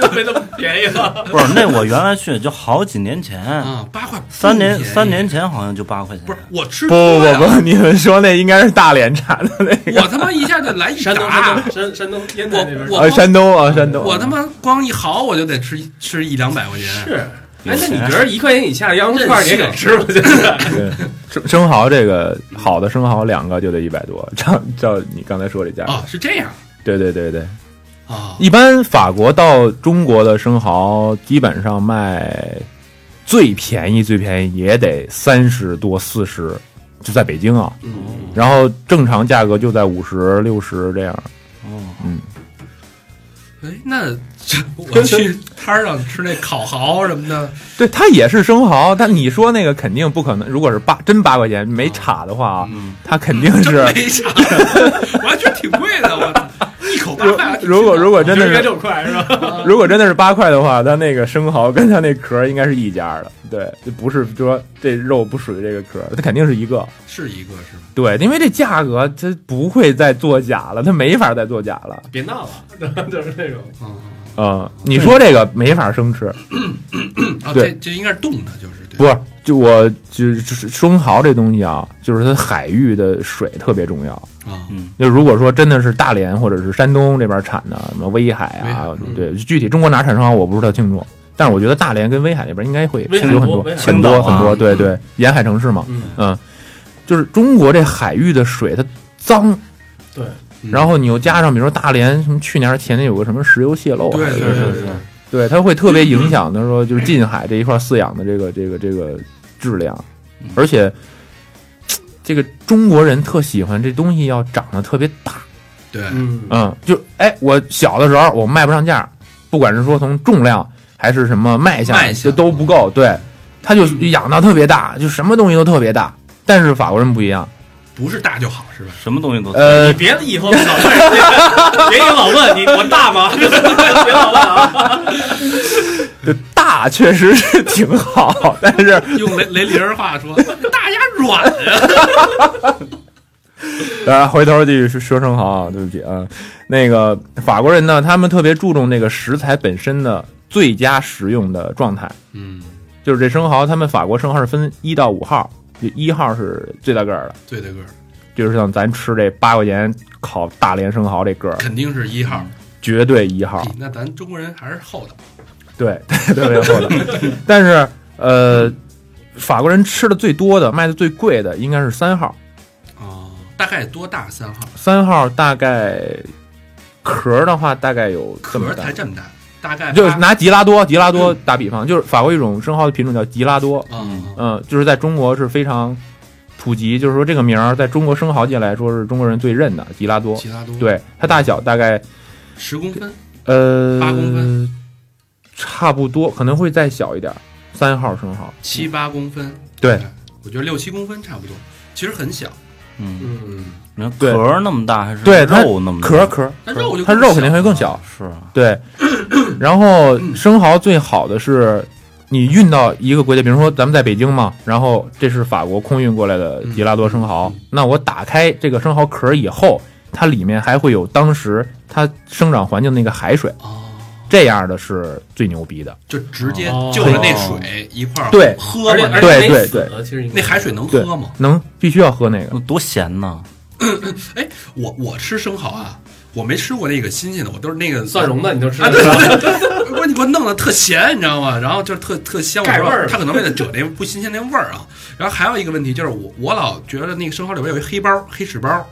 B: 都没那么便宜了。
D: 不是那我原来去就好几年前，
C: 啊，八块不
D: 三年
C: 便宜
D: 三年前好像就八块钱，
C: 不是我吃
E: 不不
C: 多呀
E: 不不，你们说那应该是大连产的 那
C: 我他妈一下就来一
B: 山东
C: 打
B: 山。东山山东烟台那边
C: 我
E: 啊，山东啊，山东。
C: 我他妈光一嚎我就得吃一吃一两百块钱，
B: 是，哎，那你觉得一块钱以下的羊肉串你也敢吃吗？现在
E: 对生生蚝这个好的生蚝两个就得一百多， 照照你刚才说这价格。
C: 啊，是这样
E: 对对对对，
C: 啊，
E: 一般法国到中国的生蚝基本上卖最便宜最便宜也得三十多四十，就在北京啊，
C: 嗯，
E: 然后正常价格就在五十六十这样。
D: 哦，
C: 哎，那这我去摊儿上吃那烤蚝什么的，
E: 对，它也是生蚝，但你说那个肯定不可能。如果是八真八块钱没差的话啊，它肯定是
C: 真。没啥，我还觉得挺贵的，我操，一口八
E: 如
C: 块。
E: 如果如果真
B: 就
E: 的
B: 应该这
E: 是
B: 么快是吧？
E: 如果真的是八块的话，它那个生蚝跟它那壳应该是一家的，对，就不是说这肉不属于这个壳，它肯定是一个。
C: 是一个是吗？
E: 对，因为这价格它不会再作假了，它没法再作假了。
B: 别闹了， 就是那种
C: 嗯
E: 嗯，你说这个没法生吃，
C: 啊，这
E: 对
C: 这应该是冻的，就是对
E: 不是？就我就是生蚝这东西啊，就是它海域的水特别重要。
C: 啊，
E: 就如果说真的是大连或者是山东这边产的，什么威海
C: 威
E: 啊
C: 海，嗯
E: 对，具体中国哪产生蚝我不是特清楚，但是我觉得大连跟威海那边应该会
B: 威海
E: 有很
B: 多
E: 多
B: 威海
E: 很
D: 多
E: 多很
D: 青岛
E: 多，
D: 啊
E: 对对，沿海城市嘛，
B: 嗯
E: 嗯，就是中国这海域的水它脏，
B: 对，
C: 嗯
E: 然后你又加上比如说大连什么去年还是前年有个什么石油泄漏啊，
C: 对
E: 还是
C: 对
E: 什
C: 对
E: 么
C: 对对，
E: 对，它会特别影响，他说就是近海这一块饲养的这个这个这个质量
D: 嗯，
E: 而且这个中国人特喜欢这东西要长得特别大。
C: 对
B: 嗯，
E: 嗯，就哎，我小的时候我卖不上价，不管是说从重量还是什么卖相，
C: 卖相嗯
E: 就都不够。对，他就养到特别大，就什么东西都特别大。但是法国人不一样，
C: 不是大就好是吧？
D: 什么东西都
C: 嗯
E: 呃
B: 你，别以后老问，别老问你我大 吗？别老问啊！
E: 这大确实是 挺好，但是
C: 用雷雷凌儿话说，大家软呀、
E: 啊，回头就说说声好啊，对不起啊。那个法国人呢，他们特别注重那个食材本身的最佳食用的状态，
C: 嗯，
E: 就是这生蚝，他们法国生蚝是分一到五号，就一号是最大个儿的，
C: 对对个儿，
E: 就是像咱吃这八块钱烤大连生蚝这个儿，
C: 肯定是一
E: 嗯
C: 号。
E: 绝对一号，
C: 咦那咱中国人还是厚道，
E: 对， 特别 厚的。但是呃，法国人吃的最多的、卖的最贵的应该是三号，
C: 哦，
E: 嗯
C: 大概多大三号？
E: 三号大概壳儿的话大概有这
C: 壳
E: 么
C: 儿
E: 大
C: 才。这么大，大概
E: 就是
C: 八
E: 拿吉拉多，吉拉多打比方，就是法国一种生蚝的品种叫吉拉多，
C: 嗯嗯
E: 嗯，就是在中国是非常普及，就是说这个名儿在中国生蚝界来说是中国人最认的吉拉多。
C: 其他多
E: 对，它大小大概
C: 十公分，
E: 呃
C: 八公分，
E: 差不多可能会再小一点儿，三号生蚝。
C: 七八公分，
E: 对，
C: 我觉得六七公分差不多，其实很小，
D: 嗯，
B: 嗯，
C: 嗯，
D: 你看壳儿那么大还是
E: 对它
D: 肉那么大
E: 壳壳，
C: 但肉就
E: 它肉肯定会更
C: 小了，
E: 小。
D: 是啊
E: 对，然后生蚝最好的是你运到一个国家，比如说咱们在北京嘛，然后这是法国空运过来的吉拉多生蚝，
C: 嗯
E: 那我打开这个生蚝壳以后，它里面还会有当时它生长环境那个海水，
C: 哦，
E: 这样的是最牛逼的。
C: 就直接
B: 哦
C: 就着那水一块儿
E: 对
C: 喝
B: 而且
C: 嘛，
B: 而
E: 对
B: 且
E: 对
B: 那死了，其实应该
C: 那海水能喝吗？
E: 能必须要喝那个
D: 那多咸呢，
C: 我我吃生蚝啊，我没吃过那个新鲜的，我都是那个
B: 蒜 蓉的你就吃
C: 啊，对对对，我你给我弄得特咸，你知道吗？然后就是特特香，我
B: 盖味儿
C: 说他可能为了遮那不新鲜那味儿啊。然后还有一个问题就是我我老觉得那个生蚝里边有一黑包黑屎包，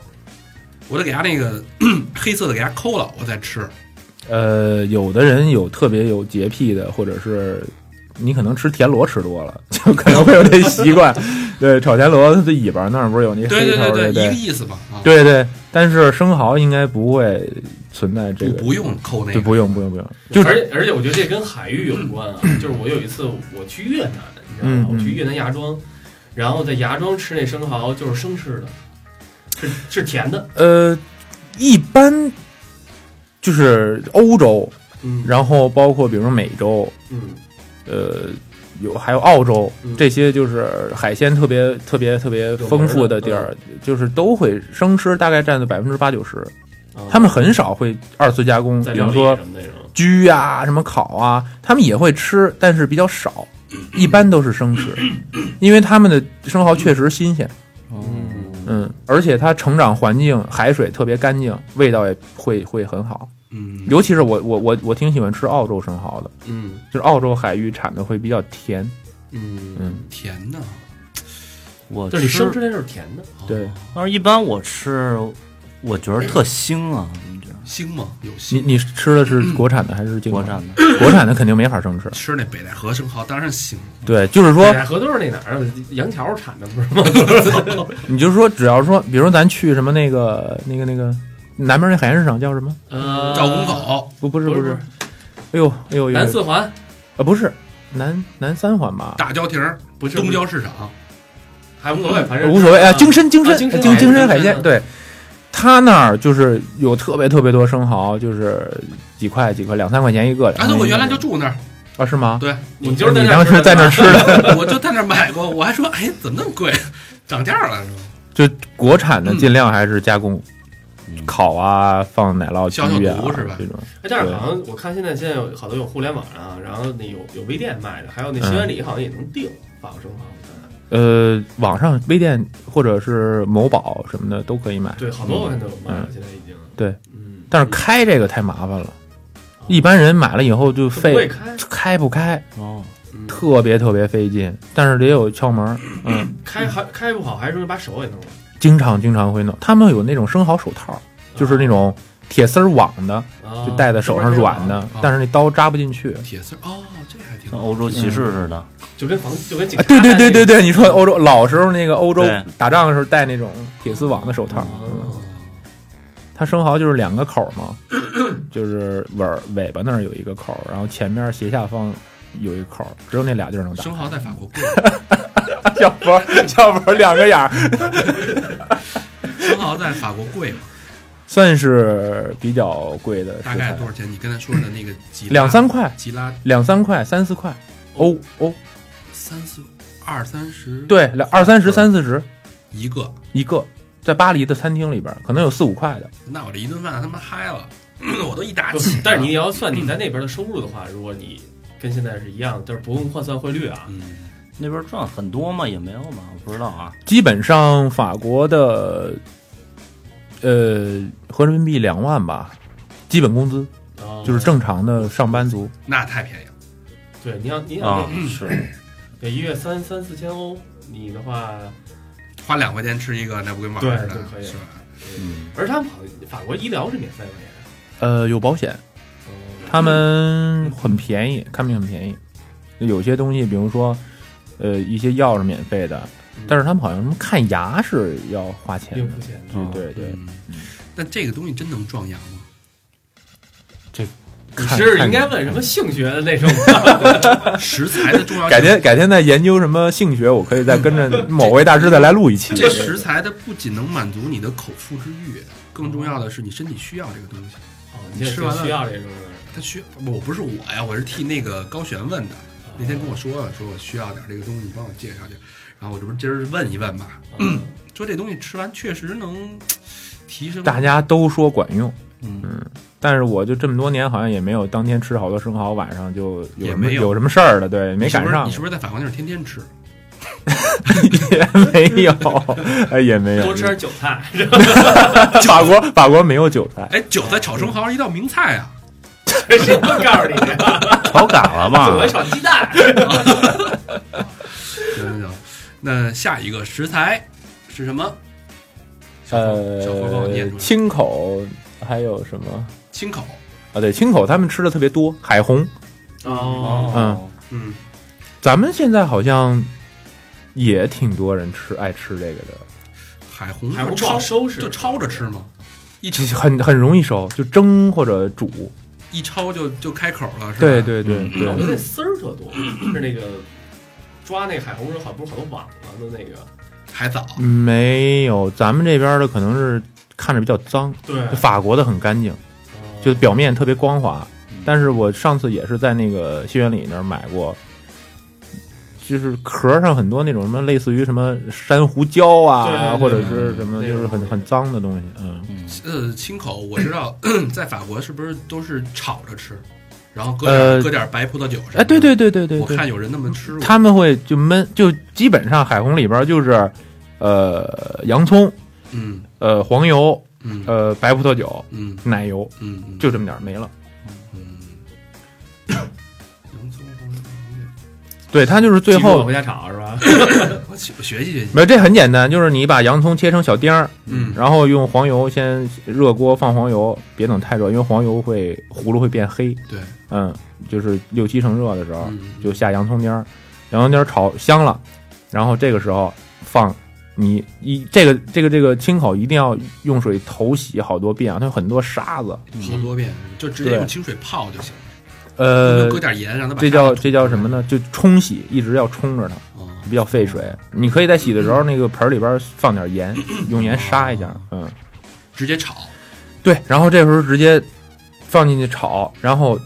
C: 我得给它那个 黑色的给它抠了，我再吃。
E: 呃，有的人有特别有洁癖的，或者是你可能吃田螺吃多了， 就可能会有这习惯。 对，炒田螺它的尾巴那儿不是有那黑头
C: 对对
E: 儿？
C: 对
E: 对
C: 一个意思嘛啊，
E: 对对，但是生蚝应该不会存在这
C: 不
E: 个，
C: 不用抠那个，
E: 对，不用不用不用，就是
B: 而且而且我觉得这跟海域有关 啊，就是我有一次我去越南，你知道
E: 嗯
B: 吗？
E: 嗯
B: 我去越南芽庄，然后在芽庄吃那生蚝就是生吃的，是是甜的，
E: 呃，一般就是欧洲，
B: 嗯，
E: 然后包括比如说美洲，
B: 嗯
E: 呃，有还有澳洲
B: 嗯
E: 这些就是海鲜特别特别特别丰富的地儿，就是都会生吃，大概占了百分之八九十，
B: 啊
E: 他们很少会二次加工，
B: 在
E: 比
B: 料
E: 如
B: 理
E: 说
B: 什么那种，
E: 焗啊、什么烤啊，他们也会吃，但是比较少，一般都是生吃，因为他们的生蚝确实新鲜，
B: 嗯，
E: 嗯，而且它成长环境海水特别干净，味道也会会很好。
C: 嗯，
E: 尤其是我我我我挺喜欢吃澳洲生蚝的，
B: 嗯
E: 就是澳洲海域产的会比较甜，
B: 嗯，
E: 嗯，
C: 甜的，
D: 我
B: 就是你生
D: 吃，
B: 吃那就是甜的，啊
E: 对
D: 但是一般我吃，我觉得特腥啊，你知道
C: 腥吗？有
E: 你
C: 腥。
E: 你吃的是国产的还是进口
D: 国？产的。
E: 国产的肯定没法生吃。
C: 吃那北戴河生蚝当然腥，
E: 对，就是说
B: 北，戴河都是那哪儿啊杨桥产的不是吗？
E: 你就说，只要说，比如说咱去什么那个那个那个南边那海鲜市场叫什么？
B: 呃，
C: 赵公口
E: 不不是
B: 不是
E: 是，哎呦哎呦，哎呦
B: 南四环
E: 啊，不是南南三环吧？
C: 大郊亭儿、
B: 不是
C: 东郊市场，
B: 还无所谓，反正
E: 无所谓啊，京深京深
B: 啊京深
E: 京
B: 海
E: 京深
B: 鲜
E: 海
B: 京
E: 鲜，
B: 深
E: 对，他那儿就是有特别特别多生蚝，就是几块几块两三块钱一个。
C: 啊，
E: 然
C: 对，
E: 后
C: 我原来就住那 儿，
E: 啊是吗？
C: 对，
B: 你就是在
E: 你
B: 那
E: 当时在
B: 啊
E: 那儿吃的，
C: 我就在那儿买过， 我还说，哎，怎么那么贵？涨价了是吧？
E: 就国产的尽量还是加工
D: 嗯，
E: 烤啊，放奶酪、
C: 消消
E: 鸡啊
C: 毒是吧
E: 这种，
B: 哎，但是好像我看现在现在有好多有互联网啊，然后那有有微店卖的，还
E: 嗯
B: 有那西安里好像也能订法国生嗯蚝。我看
E: 呃，网上微店或者是某宝什么的都可以买，
B: 对，好多我看都有卖了，现在已经。
E: 对，
B: 嗯，
E: 但是开这个太麻烦了，
B: 啊
E: 一般人买了以后
B: 都
E: 就
B: 不会
E: 费
B: 开，
E: 开不开，
D: 哦，
B: 嗯
E: 特别特别费劲，但是得有窍门儿，嗯。
B: 开还开不好，还容易把手给弄了。
E: 经常经常会弄。他们有那种生蚝手套，就是那种铁丝儿网的，
B: 啊
E: 就戴在手上软的，
B: 哦
E: 但是那刀扎不进去。
C: 铁丝哦，这还挺
D: 跟
C: 好。
D: 欧洲骑士似的，
B: 就跟防就跟警
E: 啊
B: 察，
E: 对对对
B: 戴那
E: 对
B: 个
E: 对，你说欧洲老时候那个欧洲
D: 对
E: 打仗的时候戴那种铁丝网的手套，嗯
B: 哦
E: 它生蚝就是两个口儿嘛， 就是尾儿尾巴那儿有一个口儿，然后前面斜下方有一个口儿，只有那俩地儿能打。
C: 生 蚝在法国贵，
E: 小博小博两个眼儿，
C: 袍在法国贵 吗？
E: 算是比较贵的食
C: 大概
E: 材
C: 多，少钱？你刚才说的那个吉拉
E: 两三块，
C: 吉拉
E: 两三块，三四块，
C: 哦
E: 欧欧，
C: 三四二三十，
E: 对，两二三十、三四十
C: 一个。
E: 一个，在巴黎的餐厅里边儿可能有四五块的，
C: 那我这一顿饭他妈嗨了， 我都一打起。
B: 但是你要算你
E: 嗯
B: 在那边的收入的话，如果你跟现在是一样，就是不用换算汇率啊，
C: 嗯，
D: 那边赚很多吗？也没有吧，我不知道啊。
E: 基本上法国的，呃，合人民币两万吧，基本工资
B: 哦
E: 就是正常的上班族，
C: 那太便宜了。
B: 对，你要你要
D: 啊，是
B: 对一月三三四千欧，你的话，
C: 花两块钱吃一个，那不跟玩
B: 对
C: 儿似
B: 就
C: 的，
B: 可以了
C: 是吧？
D: 嗯，
B: 而他们好像法国医疗是免费的也。
E: 呃，有保险，
B: 哦
E: 他们很便
B: 嗯
E: 宜，看病很便宜，有些东西，比如说，呃，一些药是免费的，
B: 嗯
E: 但是他们好像什么看牙是要花钱
B: 并
E: 的
B: 付，钱的，
D: 嗯
E: 对对，
C: 嗯，但这个东西真能壮阳吗？
B: 你
E: 看
B: 是
E: 看
B: 应该问什么性学的那种，
C: 食材的重要性，
E: 改天改天再研究什么性学，我可以再跟着某位大师再来录一期。
C: 这食材它不仅能满足你的口腹之欲，更重要的是你身体需要这个东西。
B: 哦，你这
C: 吃完了
B: 需要这种
C: 它需我不是我呀，我是替那个高璇问的。那
B: 哦
C: 天跟我说了，说我需要点这个东西，你帮我介绍介绍。然后我这不是今儿问一问嘛，
B: 嗯
C: 说这东西吃完确实能提升
E: 大家都说管用，
D: 嗯
E: 但是我就这么多年好像也没有当天吃好多生蚝，晚上就有
C: 也
E: 什么
C: 没有
E: 有什么事儿了，对，没
C: 你是
E: 赶
C: 不是
E: 上
C: 你，是不是在法国那儿天天吃？
E: 也没有，哎也没有。
B: 多吃点韭菜，
E: 法国法国没有韭 菜，
C: 哎，韭菜炒生蚝是一道名菜啊！
B: 谁不告诉你？
D: 炒嘎了吧？
B: 我炒鸡蛋，
C: 行行行，那下一个食材是什么？小
E: 呃
C: 峰小峰帮我念出，来，
E: 青口还有什么
C: 清口。
E: 啊？对，青口他们吃的特别多，海虹。
B: 哦，
E: 嗯
C: 嗯，
E: 咱们现在好像也挺多人吃爱吃这个的，
C: 海虹
B: 还不
C: 抄
B: 好收拾，
C: 就焯着吃吗？一
E: 这
C: 炒
E: 很很容易熟，就蒸或者煮。
C: 一焯就就开口了，是吧？
E: 对对对
D: 嗯
B: 我觉得
E: 对，
B: 那丝儿特多，是那个抓那海虹时候，好像不是好多网了的那个，
C: 海藻
E: 没有，咱们这边的可能是看着比较脏，
B: 对
E: 法国的很干净，
B: 哦
E: 就表面特别光滑
D: 嗯。
E: 但是我上次也是在那个谢元里那儿买过，就是壳上很多那种什么类似于什么珊瑚礁
B: 对对
E: 啊，
B: 对
E: 或者是什么，
B: 那
E: 就是
B: 种
E: 很很脏的东西。嗯，
D: 嗯
C: 呃，清口我知道，在法国是不是都是炒着吃，然后搁
E: 呃
C: 点搁点白葡萄酒什么的？
E: 哎，对对对对对，
C: 我
E: 对
C: 看有人那么吃过。
E: 他们会就焖，就基本上海虹里边就是，呃，洋葱，
C: 嗯
E: 呃，黄油，
C: 嗯
E: 呃，白葡萄酒，
C: 嗯
E: 奶油，
C: 嗯嗯，
E: 就这么点儿没了。
C: 嗯，洋葱黄油
E: 对，它就是最
B: 记住我
E: 后
B: 回家炒是吧？
C: 我学我学习学习。
E: 没有，这很简单，就是你把洋葱切成小丁儿，
C: 嗯
E: 然后用黄油先热锅放黄油，别等太热，因为黄油会葫芦会变黑。
C: 对，
E: 嗯，就是六七成热的时候，
C: 嗯
E: 就下洋葱丁儿，洋葱丁儿炒香了，然后这个时候放你一这个这个这个清口一定要用水头洗好多遍啊，它有很多沙子，
C: 好多遍，就直接
E: 对
C: 用清水泡就行了，
E: 呃
C: 就，搁点盐让它把
E: 这
C: 沙
E: 叫
C: 子
E: 这叫什么呢？就冲洗，一直要冲着它，
C: 哦
E: 比较费水。你可以在洗的时候，那个盆儿里边儿放点盐，用
C: 哦
E: 盐杀一下，嗯，
C: 直接炒。
E: 对，然后这时候直接放进去炒，然后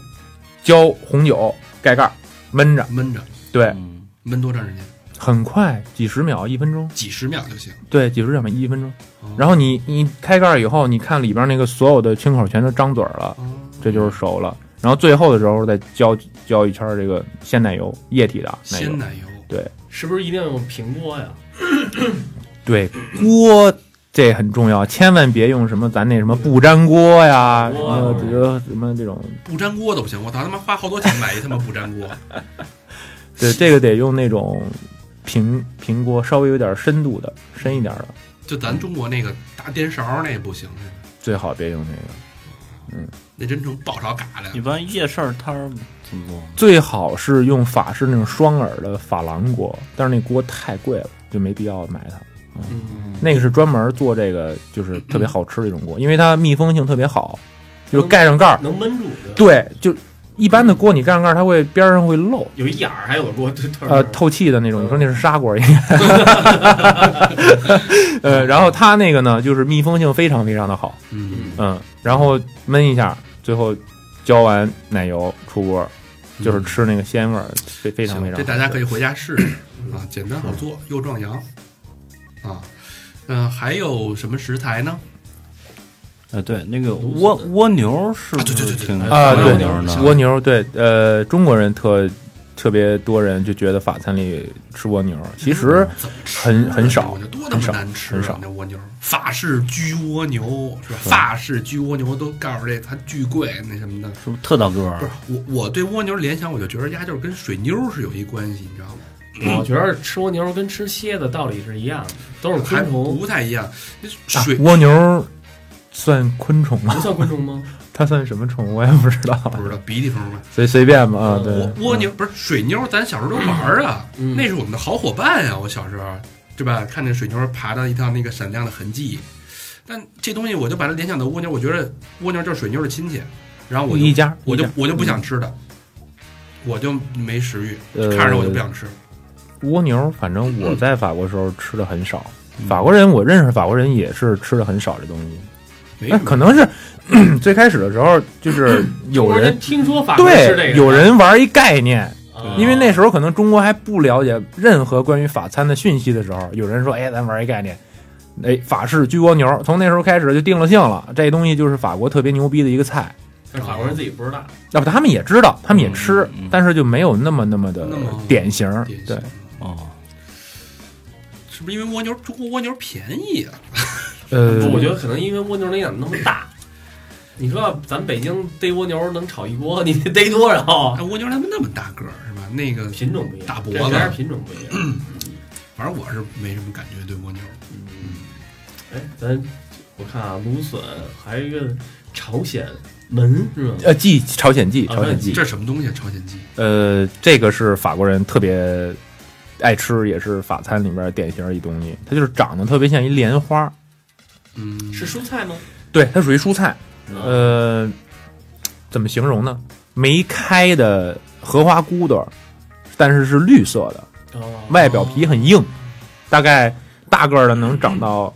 E: 浇红酒盖盖儿焖着，
C: 焖着，
E: 对，
D: 嗯
C: 焖多长时间？
E: 很快，几十秒，一分钟。
C: 几十秒就行。
E: 对，几十秒一分钟
C: 哦。
E: 然后你你开盖儿以后，你看里边那个所有的青口全都张嘴儿了，
C: 哦，
E: 这就是熟了。然后最后的时候再浇浇一圈儿这个鲜奶油，液体的啊奶油。
C: 鲜奶油，
B: 是不是一定要用平锅呀？
E: 对，锅这很重要，千万别用什么咱那什么不粘锅呀，什
B: 哇
E: 么比如说什么这种，
C: 不粘锅都不行。我操他妈花好多钱买一他妈 不粘锅，
E: 对，这个得用那种平平锅，稍微有点深度的、深一点的，
C: 就咱中国那个大颠勺那不行，那个
E: 最好别用那个。
C: 那真成爆炒嘎了
D: 一。般夜市摊儿怎么做呢？
E: 最好是用法式那种双耳的珐琅锅，但是那锅太贵了，就没必要买它。
B: 嗯，
E: 那个是专门做这个，就是特别好吃的一种锅，因为它密封性特别好，就是盖上盖儿，
B: 能焖住。吧
E: 嗯对，就一般的锅你盖上盖儿，它会边儿上会漏，
B: 有一眼儿，还有个锅对对
E: 呃，透气的那种。你说那是砂锅应该。 呃，然后它那个呢，就是密封性非常非常的好，
C: 嗯，
E: 嗯，然后焖一下，最后浇完奶油出锅，就是吃那个鲜味儿，非非常非
C: 嗯行
E: 嗯常。
C: 这大家可以。回家试 试啊，简单好做，又壮阳啊。嗯、还有什么食材呢？
D: 呃，对，那个蜗蜗牛是不
C: 啊对对
D: 是
C: 对对
D: 挺
E: 啊对
D: 蜗牛呢？
E: 蜗牛对，呃，中国人特特别多人就觉得法餐里吃蜗牛，其实
C: 怎么吃
E: 很很少
C: 蜗牛多他妈难吃
E: 很少
C: 啊！那蜗牛，法式焗蜗牛是吧？法式焗蜗牛都告诉这它巨贵那什么的。
D: 是不是特大个
C: 不
D: 儿啊
C: 是？我，我对蜗牛联想，我就觉得鸭就是跟水妞是有一关系，你知道吗？
B: 我觉得吃蜗牛跟吃蝎子道理是一样的，都是
C: 还
B: 昆虫，
C: 不太一样。那
E: 啊
C: 水
E: 蜗牛算昆虫吗
B: 不？算昆虫 吗？
E: 它算什么虫？我也不知道，
C: 不知道鼻涕虫吧？
E: 随随便吧啊，对
C: 蜗，蜗牛不是水妞，咱小时候都玩儿啊，
B: 嗯
C: 那是我们的好伙伴啊！我小时候，对吧？看见水妞爬到一趟那个闪亮的痕迹，但这东西我就把它联想到蜗牛，我觉得蜗牛就是水妞的亲戚，然后我就
E: 嗯一家
C: 我
E: 一
C: 就
E: 家
C: 我就不想吃的，我就没食欲，
E: 呃
C: 看着我就不嗯想吃。
E: 蜗牛，反正我在法国时候吃的很少。
C: 嗯
E: 法国人，我认识法国人也是吃的很少这东西。
C: 没什
E: 那
C: 么
E: 可能是最开始的时候，就是 有
B: 中国
E: 人
B: 听说法国吃这
E: 对
B: 个，
E: 有人玩一概念，
B: 啊
E: 因为那时候可能中国还不了解任何关于法餐的讯息的时候，有人说：“哎，咱玩一概念，哎，法式焗蜗牛。”从那时候开始就定了性了，这东西就是法国特别牛逼的一个菜。
B: 但是法国人自己不知道，
E: 要不他们也知道，他们也吃，
D: 嗯嗯
E: 但是就没有那么那么的
C: 那么
E: 典型。
C: 典型
E: 对，，
D: 哦，
C: 是不是因为蜗牛中国蜗牛便宜啊？
E: 呃，
B: 我觉得可能因为蜗牛那样那么大。你说咱北京逮蜗牛能炒一锅，你得 逮多
E: 啊
B: 少？
C: 那蜗牛它们那么大个儿是吧？那个
B: 品种不一样，
C: 大脖
B: 这
C: 子
B: 还是品种不一样。
C: 反正我是没什么感觉对蜗牛。
B: 哎，咱我看啊，芦笋还有一个朝鲜门是吗？
E: 呃，记朝鲜记，
B: 啊
E: 朝鲜记
C: 这，是什么东西啊？朝鲜鸡
E: 呃，这个是法国人特别爱吃，也是法餐里边典型的一东西。它就是长得特别像一莲花，
C: 嗯，
B: 是蔬菜吗？啊
E: 对，它属于蔬菜。
B: 嗯
E: 呃，怎么形容呢？没开的荷花骨朵儿，但是是绿色的，
B: 哦，
E: 外表皮很硬，大概大个儿的能长到。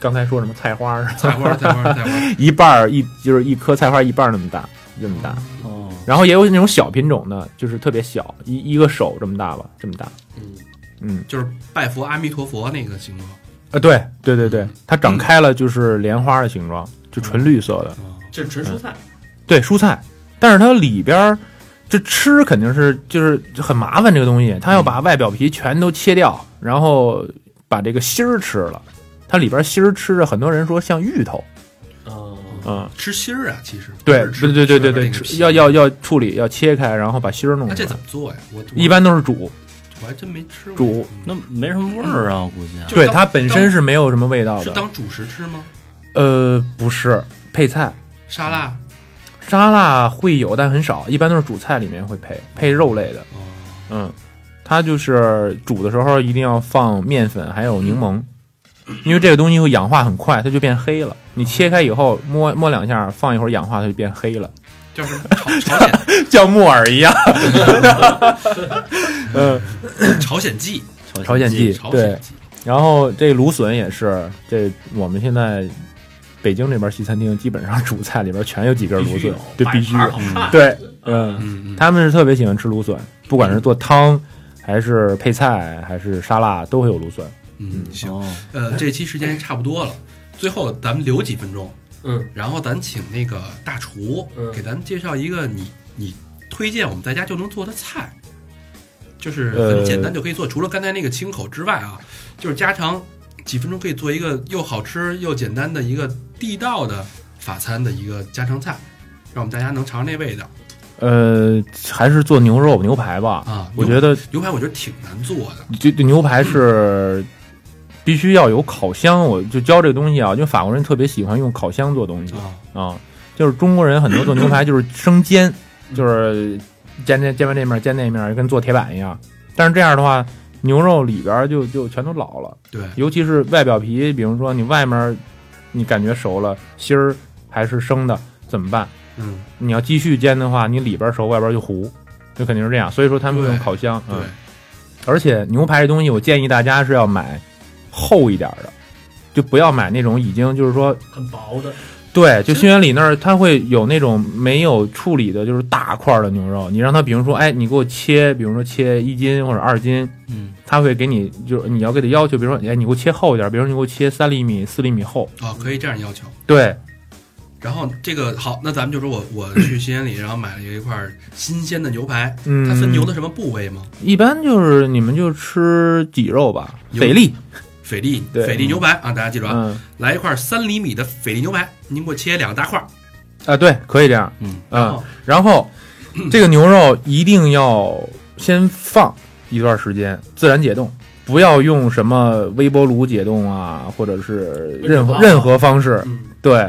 E: 刚才说什么菜花儿，
C: 菜花儿菜花儿菜花儿，
E: 一半儿一就是一颗菜花儿一半儿那么大，这么大。
D: 哦，
E: 然后也有那种小品种的，就是特别小，一一个手这么大吧，这么大。
B: 嗯，
E: 嗯，
C: 就是拜佛阿弥陀佛那个形状。
E: 啊，对对对对，它长开了就是莲花的形状，就纯绿色的，
C: 啊
B: 这是纯蔬菜，
E: 对，蔬菜。但是它里边儿，这吃肯定是就是很麻烦这个东西，它要把外表皮全都切掉，然后把这个芯儿吃了。它里边芯儿吃着，很多人说像芋头，
B: 哦，
E: 嗯，
C: 吃芯儿啊，其实
E: 对
C: 不是
E: 对
C: 吃
E: 对对对
C: 吃
E: 对，
C: 那个皮
E: 吃要要要处理，要切开，然后把芯儿弄
C: 那
E: 出
C: 这
E: 来
C: 怎。么做呀？我
E: 一般都是煮，
C: 我还真没吃过嗯
E: 煮
D: 那没什么味儿啊，估计啊
C: 就
E: 对
C: 当
E: 它本身是没有什么味道
C: 是
E: 的。
C: 当主食吃吗？
E: 呃，不是配菜，
C: 沙拉
E: 嗯沙拉会有，但很少，一般都是主菜里面会配配肉类的。
C: 哦，
E: 嗯，它就是煮的时候一定要放面粉，还有柠檬，因为这个东西会氧化很快，它就变黑了。你切开以后摸摸两下，放一会儿氧化，它就变黑了，
C: 叫什么朝朝鲜
E: 像木耳一样。嗯，
C: 朝鲜蓟，
E: 朝鲜
D: 鸡
E: 蓟
C: 朝
E: 对
C: 鲜，蓟
E: 然后这芦笋也是，这我们现在北京这边西餐厅基本上主菜里边全有几根芦笋，这必须有。
B: 看。啊
E: 对，嗯。
C: 嗯嗯，
E: 他们是特别喜欢吃芦笋，不管是做汤，还是配菜，还是沙拉，都会有芦笋。
C: 嗯行，
D: 哦，
C: 呃，这期时间差不多了，最后咱们留几分钟，
B: 嗯，
C: 然后咱请那个大厨
B: 嗯
C: 给咱们介绍一个你你推荐我们在家就能做的菜，就是
E: 呃
C: 很简单就可以做，除了刚才那个清口之外啊，就是家常几分钟可以做一个又好吃又简单的一个地道的法餐的一个家常菜，让我们大家能尝尝那味道
E: 呃，还是做牛肉牛排吧。
C: 啊。
E: 我觉得
C: 牛排我觉得挺难做的，
E: 这这牛排是必须要有烤箱。我就教这个东西啊，因为法国人特别喜欢用烤箱做东西
C: 啊，
E: 啊，就是中国人很多做牛排就是生煎，就是煎这煎完这面煎那面，跟做铁板一样。但是这样的话，牛肉里边就就全都老了。
C: 对，
E: 尤其是外表皮，比如说你外面你感觉熟了，芯儿还是生的，怎么办？
C: 嗯，
E: 你要继续煎的话，你里边熟，外边就糊，就肯定是这样。所以说他们
C: 对
E: 用烤箱，
C: 对
E: 嗯，而且牛排这东西，我建议大家是要买厚一点的，就不要买那种已经就是说
B: 很薄的，
E: 对，就新源里那儿，它会有那种没有处理的，就是大块儿的牛肉。你让它，比如说，哎，你给我切，比如说切一斤或者二斤，
D: 嗯，
E: 它会给你，就是你要给它要求，比如说，哎，你给我切厚一点，比如说你给我切三厘米、四厘米厚。
C: 哦，可以这样要求。
E: 对，
C: 然后这个好，那咱们就说我我去新鲜里，然后买了一块新鲜的牛排，
E: 嗯，
C: 它分牛的什么部位吗？
E: 一般就是你们就吃脊肉吧，
C: 牛
E: 肥力，
C: 菲力
E: 对
C: 菲力牛排啊，大家记住啊，
E: 嗯
C: 来一块三厘米的菲力牛排，您给我切两大块儿。
E: 啊，对，可以这样，
D: 嗯
E: 嗯，然后这个牛肉一定要先放一段时间，自然解冻，不要用什么微波炉解冻啊，或者是任何
B: 啊
E: 任何方式。
B: 嗯，
E: 对，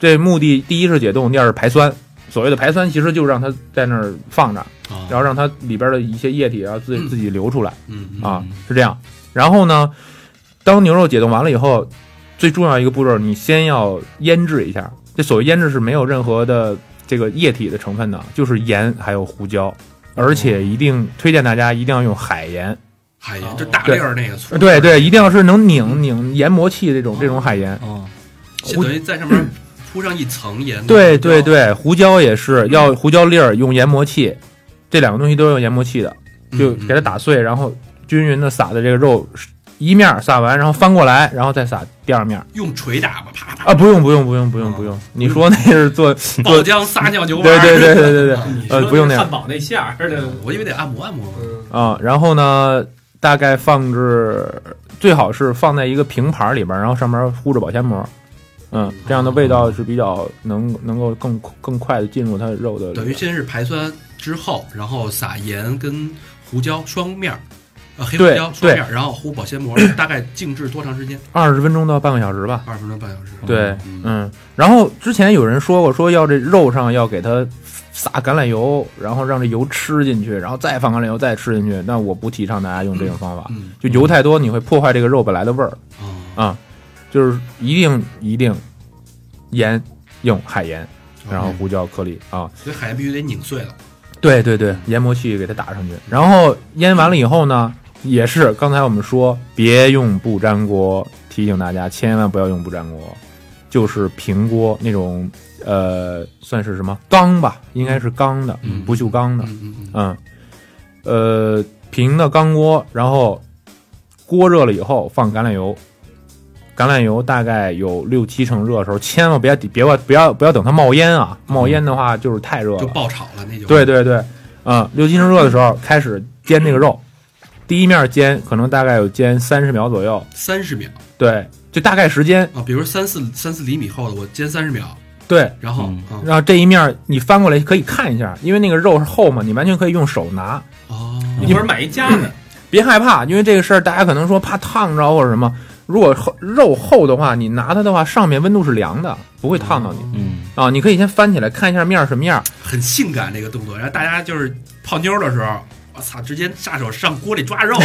E: 这目的第一是解冻，第二是排酸。所谓的排酸，其实就是让它在那儿放着，
C: 啊，
E: 然后让它里边的一些液体啊自己
C: 嗯
E: 自己流出来
C: 嗯嗯
E: 啊，是这样。然后呢，当牛肉解冻完了以后，最重要一个步骤，你先要腌制一下。这所谓腌制是没有任何的这个液体的成分的，就是盐还有胡椒，而且一定推荐大家一定要用海盐。
C: 海
B: 哦
C: 盐哎就大粒儿那个粗，
E: 对对，一定要是能拧拧研磨器这种这种海盐。
D: 哦，
C: 先等于在上面铺上一层盐。
E: 对对，对，胡椒也是要胡椒粒儿用研磨器，这两个东西都是用研磨器的，就
C: 嗯
E: 给它打碎，然后均匀的撒在这个肉一面儿撒完，然后翻过来，然后再撒第二面儿
C: 用锤打吧，啪啪，
E: 啊，不用不用不用不用不
C: 嗯
E: 用，你说那是做
C: 爆
E: 做
C: 浆 撒尿牛丸。
E: 嗯对对对对对对
B: 你
E: 呃
B: 说
E: 不用那样
B: 汉堡那嗯馅儿的，
C: 我以为得按摩按摩嘛。
B: 嗯，
E: 啊，然后呢，大概放置最好是放在一个平盘儿里边儿，然后上面糊着保鲜膜。嗯，这样的味道是比较能能够更更快的进入它的肉的里边。
C: 等于先是排酸之后，然后撒盐跟胡椒双面儿，呃，黑胡
E: 对
C: 椒双面儿，然后糊保鲜膜， 大概静置多长时间？
E: 二十分钟到半个小时吧。
C: 二十分钟半小时。
E: 对，
C: 嗯
E: 嗯，然后之前有人说过，说要这肉上要给它撒橄榄油，然后让这油吃进去，然后再放橄榄油再吃进去。那我不提倡大家用这种方法，
C: 嗯
E: 就油太多你会破坏这个肉本来的味儿。
C: 啊，
E: 就是一定一定盐用海盐，然后胡椒颗粒啊，
C: 所以海盐必须得拧碎了。
E: 对对对，研磨器给它打上去，然后腌完了以后呢，也是刚才我们说别用不粘锅，提醒大家千万不要用不粘锅，就是平锅那种，呃，算是什么钢吧，应该是钢的，
C: 嗯
E: 不锈钢的，
C: 嗯嗯嗯，
E: 嗯，呃，平的钢锅，然后锅热了以后放橄榄油，橄榄油大概有六七成热的时候，千万别别不要不要等它冒烟啊，冒烟的话就是太热了
C: 就，爆炒了那就。
E: 对对对，啊，六七成热的时候开始煎这个肉，第一面煎可能大概有煎三十秒左右，
C: 三十秒
E: 对，就大概时间，
C: 啊，比如三四三四厘米厚的，我煎三十秒，
E: 对。
C: 然后
D: 嗯
C: 啊
E: 然后这一面你翻过来可以看一下，因为那个肉是厚嘛，你完全可以用手拿，
C: 哦，
B: 一会儿买一夹子，
E: 别害怕，因为这个事儿大家可能说怕烫着或者什么。如果厚肉厚的话，你拿它的话，上面温度是凉的，不会烫到你
D: 嗯，
E: 啊。你可以先翻起来看一下面儿什么样儿，
C: 很性感这个动作。然后大家就是泡妞的时候，我操，直接下手上锅里抓肉去，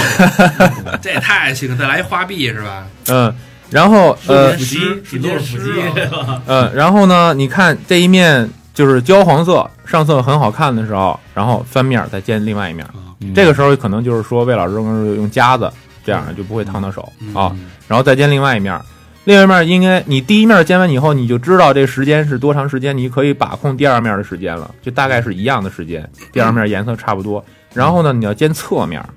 C: 这也太性感！再来一花臂是吧？
E: 嗯，然后呃
B: 腹肌，
C: 是
B: 你都是腹肌，
C: 是
E: 呃，然后呢，你看这一面就是焦黄色，上色很好看的时候，然后翻面儿再煎另外一面儿。
D: 嗯
E: 这个时候可能就是说魏老师用用夹子，这样就不会烫到手
C: 嗯
E: 啊。然后再煎另外一面儿。另外一面儿应该你第一面儿煎完以后，你就知道这时间是多长时间，你可以把控第二面儿的时间了，就大概是一样的时间，第二面儿颜色差不多。然后呢，你要煎侧面儿，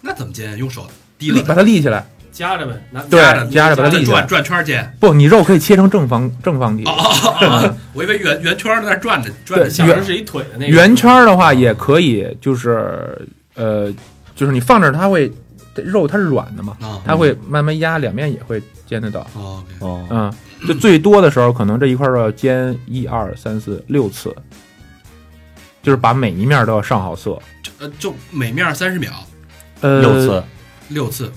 C: 那怎么煎？用手提
E: 立
C: 了
E: 把它立起来，
B: 夹着呗，拿
E: 对
B: 夹着
E: 夹着把它立起来
C: 转转圈儿煎。
E: 不，你肉可以切成正方正方体，
C: 哦，我以为圆圆圈儿在那儿转着转着
E: 对
B: 小
C: 下，
B: 时候是一腿的那个
E: 圆圈儿的话也可以，就是呃，就是你放这儿它会这肉它是软的嘛，
C: 啊
E: 它会慢慢压，两面也会煎得到。
C: 哦，OK，
D: 哦，
E: 嗯，就最多的时候，可能这一块肉要煎一二三四六次，就是把每一面都要上好色。
C: 就呃就每面三十秒，
E: 呃，
D: 六次，
C: 六次，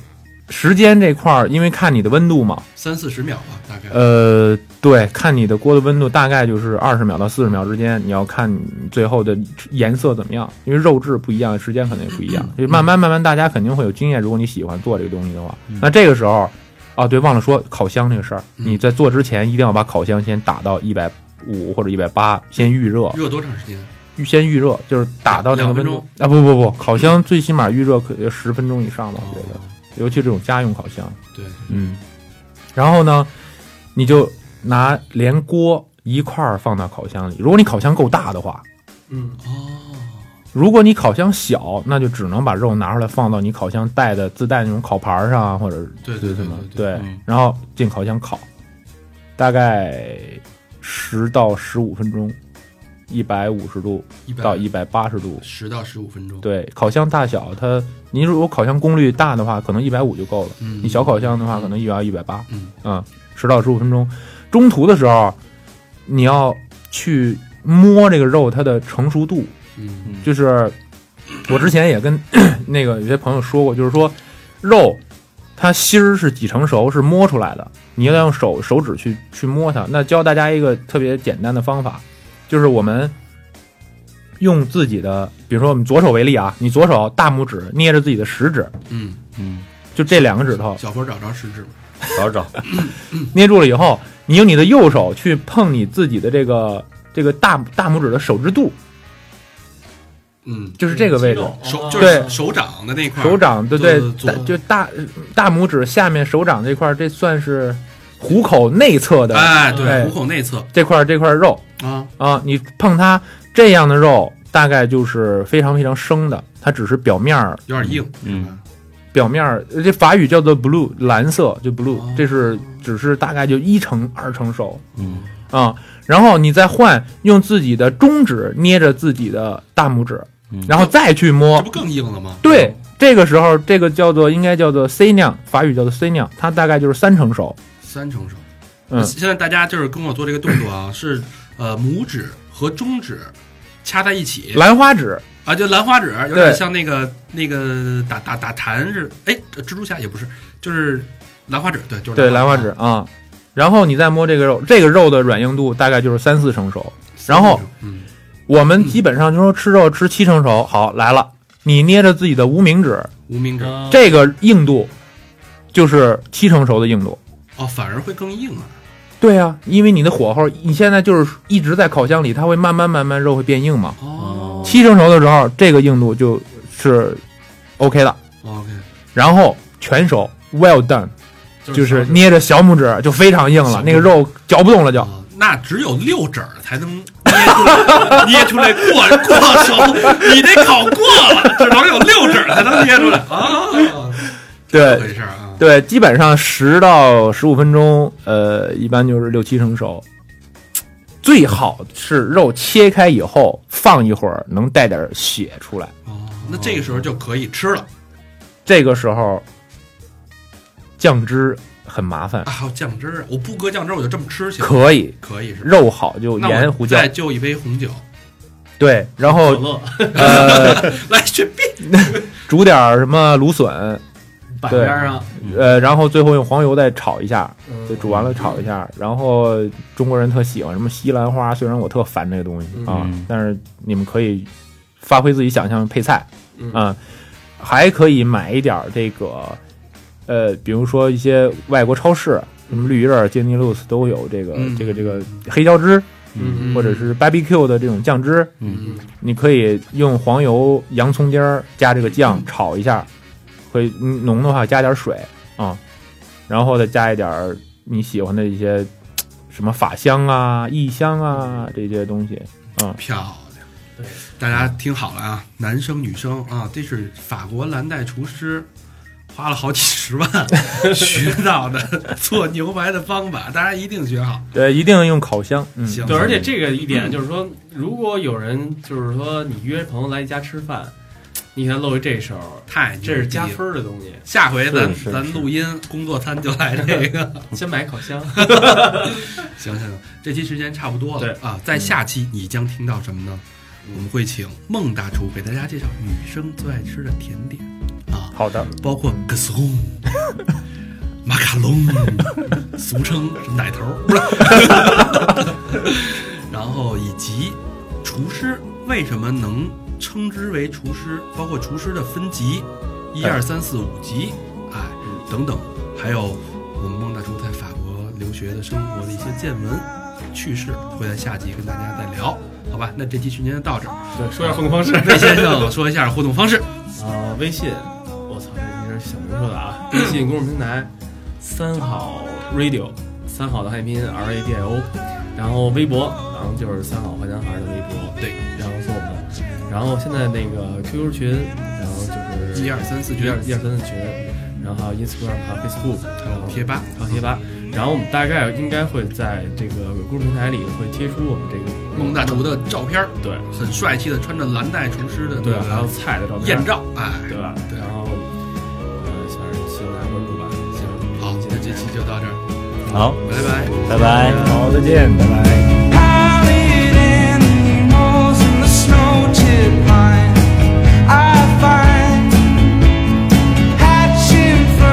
E: 时间这块儿，因为看你的温度嘛，
C: 三四十秒吧，大概。
E: 呃，对，看你的锅的温度大概就是二十秒到四十秒之间，你要看你最后的颜色怎么样，因为肉质不一样，时间肯定也不一样。就慢慢慢慢，大家肯定会有经验。如果你喜欢做这个东西的话，那这个时候，啊，对，忘了说烤箱这个事儿，
C: 嗯
E: 你在做之前一定要把烤箱先打到一百五或者一百八，先预热，
C: 热多长时间？
E: 预先预热，就是打到那
C: 两
E: 个温
C: 分
E: 度啊，不不不，烤箱最起码预热可十分钟以上吧，我觉得，尤其这种家用烤箱，
C: 哦对，
E: 嗯，然后呢，你就拿连锅一块儿放到烤箱里，如果你烤箱够大的话，
B: 嗯，
C: 哦，
E: 如果你烤箱小，那就只能把肉拿出来放到你烤箱带的自带那种烤盘儿上啊，或者
C: 对对
E: 什
C: 对
E: 么
C: 对，
D: 嗯
E: 然后进烤箱烤，大概十到十五分钟，一百五十度
C: 一百
E: 到一百八十度，
C: 十到十五分钟。，
E: 对，烤箱大小它，你如果烤箱功率大的话，可能一百五就够了；
C: 嗯，
E: 你小烤箱的话，可能也要一百八。
C: 嗯
E: 嗯，十到十五分钟，中途的时候你要去摸这个肉它的成熟度，
C: 嗯，
D: 嗯
E: 就是我之前也跟 那个有些朋友说过，就是说肉它芯儿是几成熟是摸出来的，你要用手手指去去摸它。那教大家一个特别简单的方法，就是我们用自己的，比如说我们左手为例啊，你左手大拇指捏着自己的食指，
C: 嗯，
D: 嗯，
E: 就这两个指头
C: 小佛找着食指了，
D: 找找，
E: 捏住了以后，你用你的右手去碰你自己的这个这个大大拇指的手指肚，
C: 嗯，
E: 就是这个位置。
C: 手
B: 哦
C: 就是手掌的那块儿，
E: 手掌对
C: 对
E: 对，
C: 左
E: 大就大大拇指下面手掌这块儿，这算是虎口内侧的
C: 哎，
E: 哎
C: 对，虎口内侧
E: 这块儿这块儿肉
C: 啊，
E: 啊，你碰它这样的肉，大概就是非常非常生的，它只是表面儿
C: 有点硬，
D: 嗯
C: 是吧，
E: 表面儿，这法语叫做 blue 蓝色，就 blue，
C: 哦
E: 这是只是大概就一成二成熟
D: 嗯
E: 啊。然后你再换用自己的中指捏着自己的大拇指，
D: 嗯，
E: 然后再去摸
C: 这，不更硬了吗？
E: 对，这个时候这个叫做应该叫做 C 酿，法语叫做 C 酿，它大概就是三成熟。
C: 三成熟。
E: 嗯
C: 现在大家就是跟我做这个动作啊，是呃拇指和中指掐在一起
E: 兰花指，
C: 啊，就兰花指，有
E: 对
C: 点像那个那个打打打弹似的，哎，蜘蛛侠也不是，就是兰花指，对，就是
E: 对，兰花指啊。然后你再摸这个肉，这个肉的软硬度大概就是三四成熟。
C: 三
E: 然后
C: 成熟嗯，
E: 我们基本上就说吃肉吃七成熟，好来了，你捏着自己的无名指，
C: 无名指
B: 啊
E: 这个硬度就是七成熟的硬度。
C: 哦，反而会更硬啊，
E: 对啊，因为你的火候，你现在就是一直在烤箱里，它会慢慢慢慢肉会变硬嘛。
C: 哦
E: 七成熟的时候，这个硬度就是 OK 的。
C: 哦，OK，
E: 然后全熟，well done，就是
B: 手指
E: 捏着小拇指就非常硬
C: 小
E: 了，
C: 拇指
E: 那个肉嚼不动了就。
C: 哦那只有六指儿才能捏出来，捏出来过过熟，你得烤过了，只能有六指儿才能捏出来啊，这
E: 对
C: 回事儿啊，
E: 对，基本上十到十五分钟，呃，一般就是六七成熟。最好是肉切开以后放一会儿，能带点血出来。
C: 哦，那这个时候就可以吃了
E: 这个时候酱汁很麻烦
C: 啊，，还有酱汁儿，我不搁酱汁儿我就这么吃行吗？
E: 可以
C: 可以是吧？
E: 肉好就
C: 那
E: 盐
C: 我
E: 胡椒
C: 再就一杯红酒，
E: 对，然
B: 可
E: 后
B: 乐
E: 呃
C: 来雪碧，
E: 煮点儿什么芦笋，
B: 摆边儿啊，
E: 呃，然后最后用黄油再炒一下，
B: 嗯
E: 就煮完了炒一下，然后中国人特喜欢什么西兰花，虽然我特烦这个东西啊，
D: 嗯
E: 但是你们可以发挥自己想象配菜，
B: 嗯
E: 啊还可以买一点儿这个，呃，比如说一些外国超市，什么绿叶儿、杰尼露丝都有这个、
C: 嗯
E: 这个这个黑椒汁，
B: 嗯
E: 或者是 BBQ 的这种酱汁，
C: 嗯
E: 你可以用黄油、洋葱丁儿加这个酱炒一下，会嗯浓的话加点水啊、然后再加一点儿你喜欢的一些嘖什么法香啊、异香啊这些东西。
C: 漂亮。
B: 对，
C: 大家听好了啊，男生女生啊，这是法国蓝带厨师花了好几十万 学到的做牛排的方法，大家一定学好。
E: 对，一定要用烤箱。嗯，
C: 行
B: 对，而且这个一点就是说，如果有人就是说你约朋友来你家吃饭，你给他露一这手，
C: 太牛
B: 这是
C: 逼
B: 加
C: 了。
B: 分儿的东西。
C: 下回咱
E: 是是
C: 咱录音工作餐就来这个。
B: 先买烤箱，
C: 行行行，这期时间差不多
B: 对
C: 了啊，在下期你将听到什么呢？我们会请孟大厨给大家介绍女生最爱吃的甜点啊。
E: 好的，
C: 包括葛斯红、马卡龙，俗称奶头儿，然后以及厨师为什么能称之为厨师，包括厨师的分级，一二三四五级，哎，等等，还有我们孟大厨在法国留学的生活的一些见闻。趣事，会在下集跟大家再聊，好吧？那这期训练就到这儿。
B: 对，说一下互动方式。
C: 魏先生说一下互动方式，
B: 啊，微信，我操，这是小明说的啊。微信公众平台，三好 radio，三好的汉语拼音 R A D I O，然后微博，然后就是三好坏男孩的微博，
C: 对，
B: 然后搜我们。然后现在那个 QQ 群，然后就是
C: 一二三四
B: 一
C: 群
B: 二一二三四群，然后还有 Instagram 还有 Facebook，还有
C: 贴吧，
B: 还有贴吧。然后我们大概应该会在这个公众平台里会贴出我们这个
C: 孟大厨的照片儿，
B: 对
C: 很帅气的穿着蓝带厨师的那
B: 对，啊还有
C: 个
B: 菜的照片
C: 艳照，哎，
B: 对吧？
C: 对
B: 然后呃，算是希望大家关注吧。行，
C: 好，那这期就到这儿，
D: 好，
C: 拜拜。
D: 拜拜。
E: 好，再见，拜拜。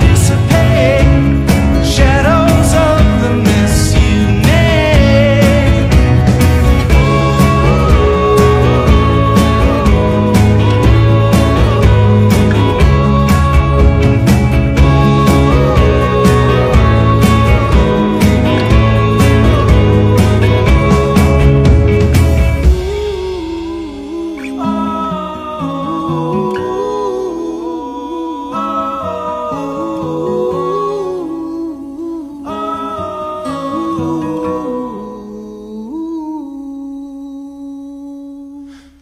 F: Dissipate shadows of the mess you made.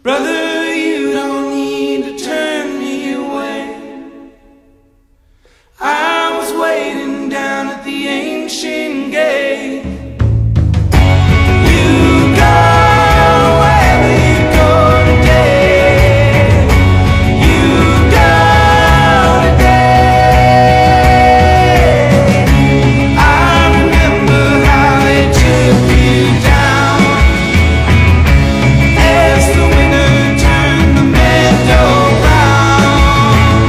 F: Brother, you don't need to turn me away. I was waiting down at the ancient gate. You go wherever you go today. You go today. I remember how they took you down. As the winter turned the meadow round,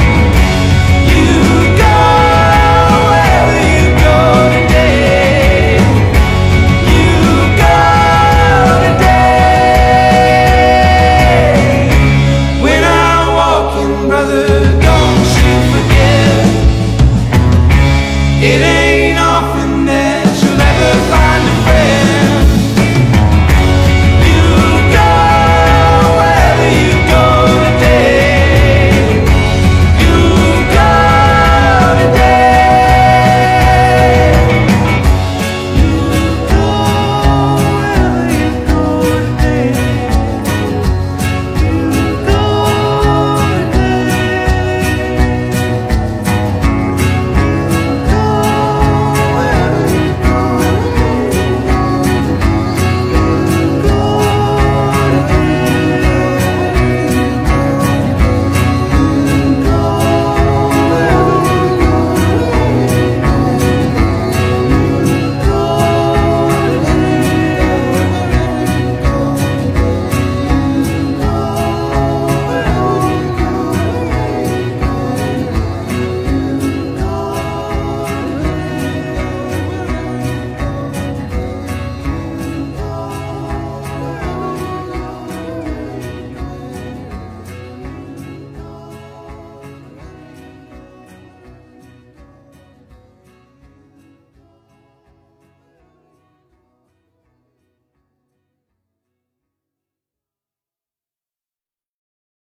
F: you go wherever you go today. You go today. When I'm walking, brother, don't you forget. It ain't often that you'll ever find.